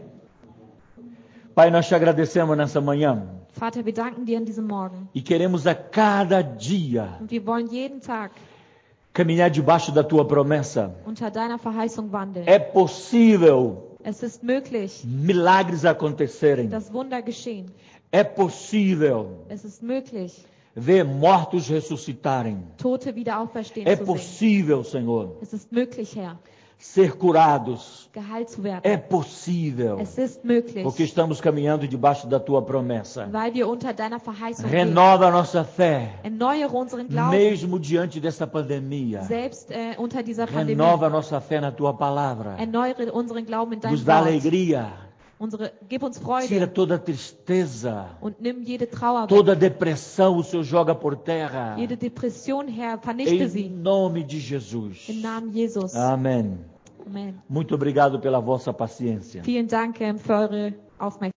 [SPEAKER 1] Pai, nós te agradecemos nessa manhã
[SPEAKER 2] Vater, wir danken dir an diesem Morgen.
[SPEAKER 1] e queremos a cada dia
[SPEAKER 2] Und wir wollen jeden Tag
[SPEAKER 1] caminhar debaixo da tua promessa.
[SPEAKER 2] unter deiner Verheißung wandeln.
[SPEAKER 1] É possível
[SPEAKER 2] Es ist möglich,
[SPEAKER 1] milagres acontecerem.
[SPEAKER 2] dass Wunder geschehen.
[SPEAKER 1] É possível
[SPEAKER 2] Es ist möglich,
[SPEAKER 1] ver mortos ressuscitarem.
[SPEAKER 2] Tote wieder auferstehen
[SPEAKER 1] É
[SPEAKER 2] zu sehen.
[SPEAKER 1] possível, Senhor,
[SPEAKER 2] Es ist möglich, Herr,
[SPEAKER 1] ser curados.
[SPEAKER 2] geheilt zu werden.
[SPEAKER 1] É possível,
[SPEAKER 2] Es ist möglich,
[SPEAKER 1] porque estamos caminhando debaixo da tua promessa.
[SPEAKER 2] weil wir unter deiner Verheißung leben.
[SPEAKER 1] Renova a nossa fé,
[SPEAKER 2] Erneuere unseren Glauben,
[SPEAKER 1] mesmo diante dessa pandemia.
[SPEAKER 2] selbst äh, unter dieser
[SPEAKER 1] Renova a É
[SPEAKER 2] Pandemie.
[SPEAKER 1] nossa fé na tua palavra.
[SPEAKER 2] Erneuere unseren Glauben in
[SPEAKER 1] Nos
[SPEAKER 2] deinem
[SPEAKER 1] dá
[SPEAKER 2] Wort.
[SPEAKER 1] alegria.
[SPEAKER 2] Unsere, gib uns
[SPEAKER 1] Tira
[SPEAKER 2] Freude
[SPEAKER 1] toda a tristeza.
[SPEAKER 2] und nimm jede Trauer weg.
[SPEAKER 1] Toda a depressão o Senhor joga por terra.
[SPEAKER 2] Jede Depression, Herr, vernichte
[SPEAKER 1] Em
[SPEAKER 2] sie.
[SPEAKER 1] nome de Jesus.
[SPEAKER 2] Im Namen Jesus.
[SPEAKER 1] Amém.
[SPEAKER 2] Amen.
[SPEAKER 1] Muito obrigado pela vossa paciência.
[SPEAKER 2] Vielen Dank ähm, für eure Aufmerksamkeit.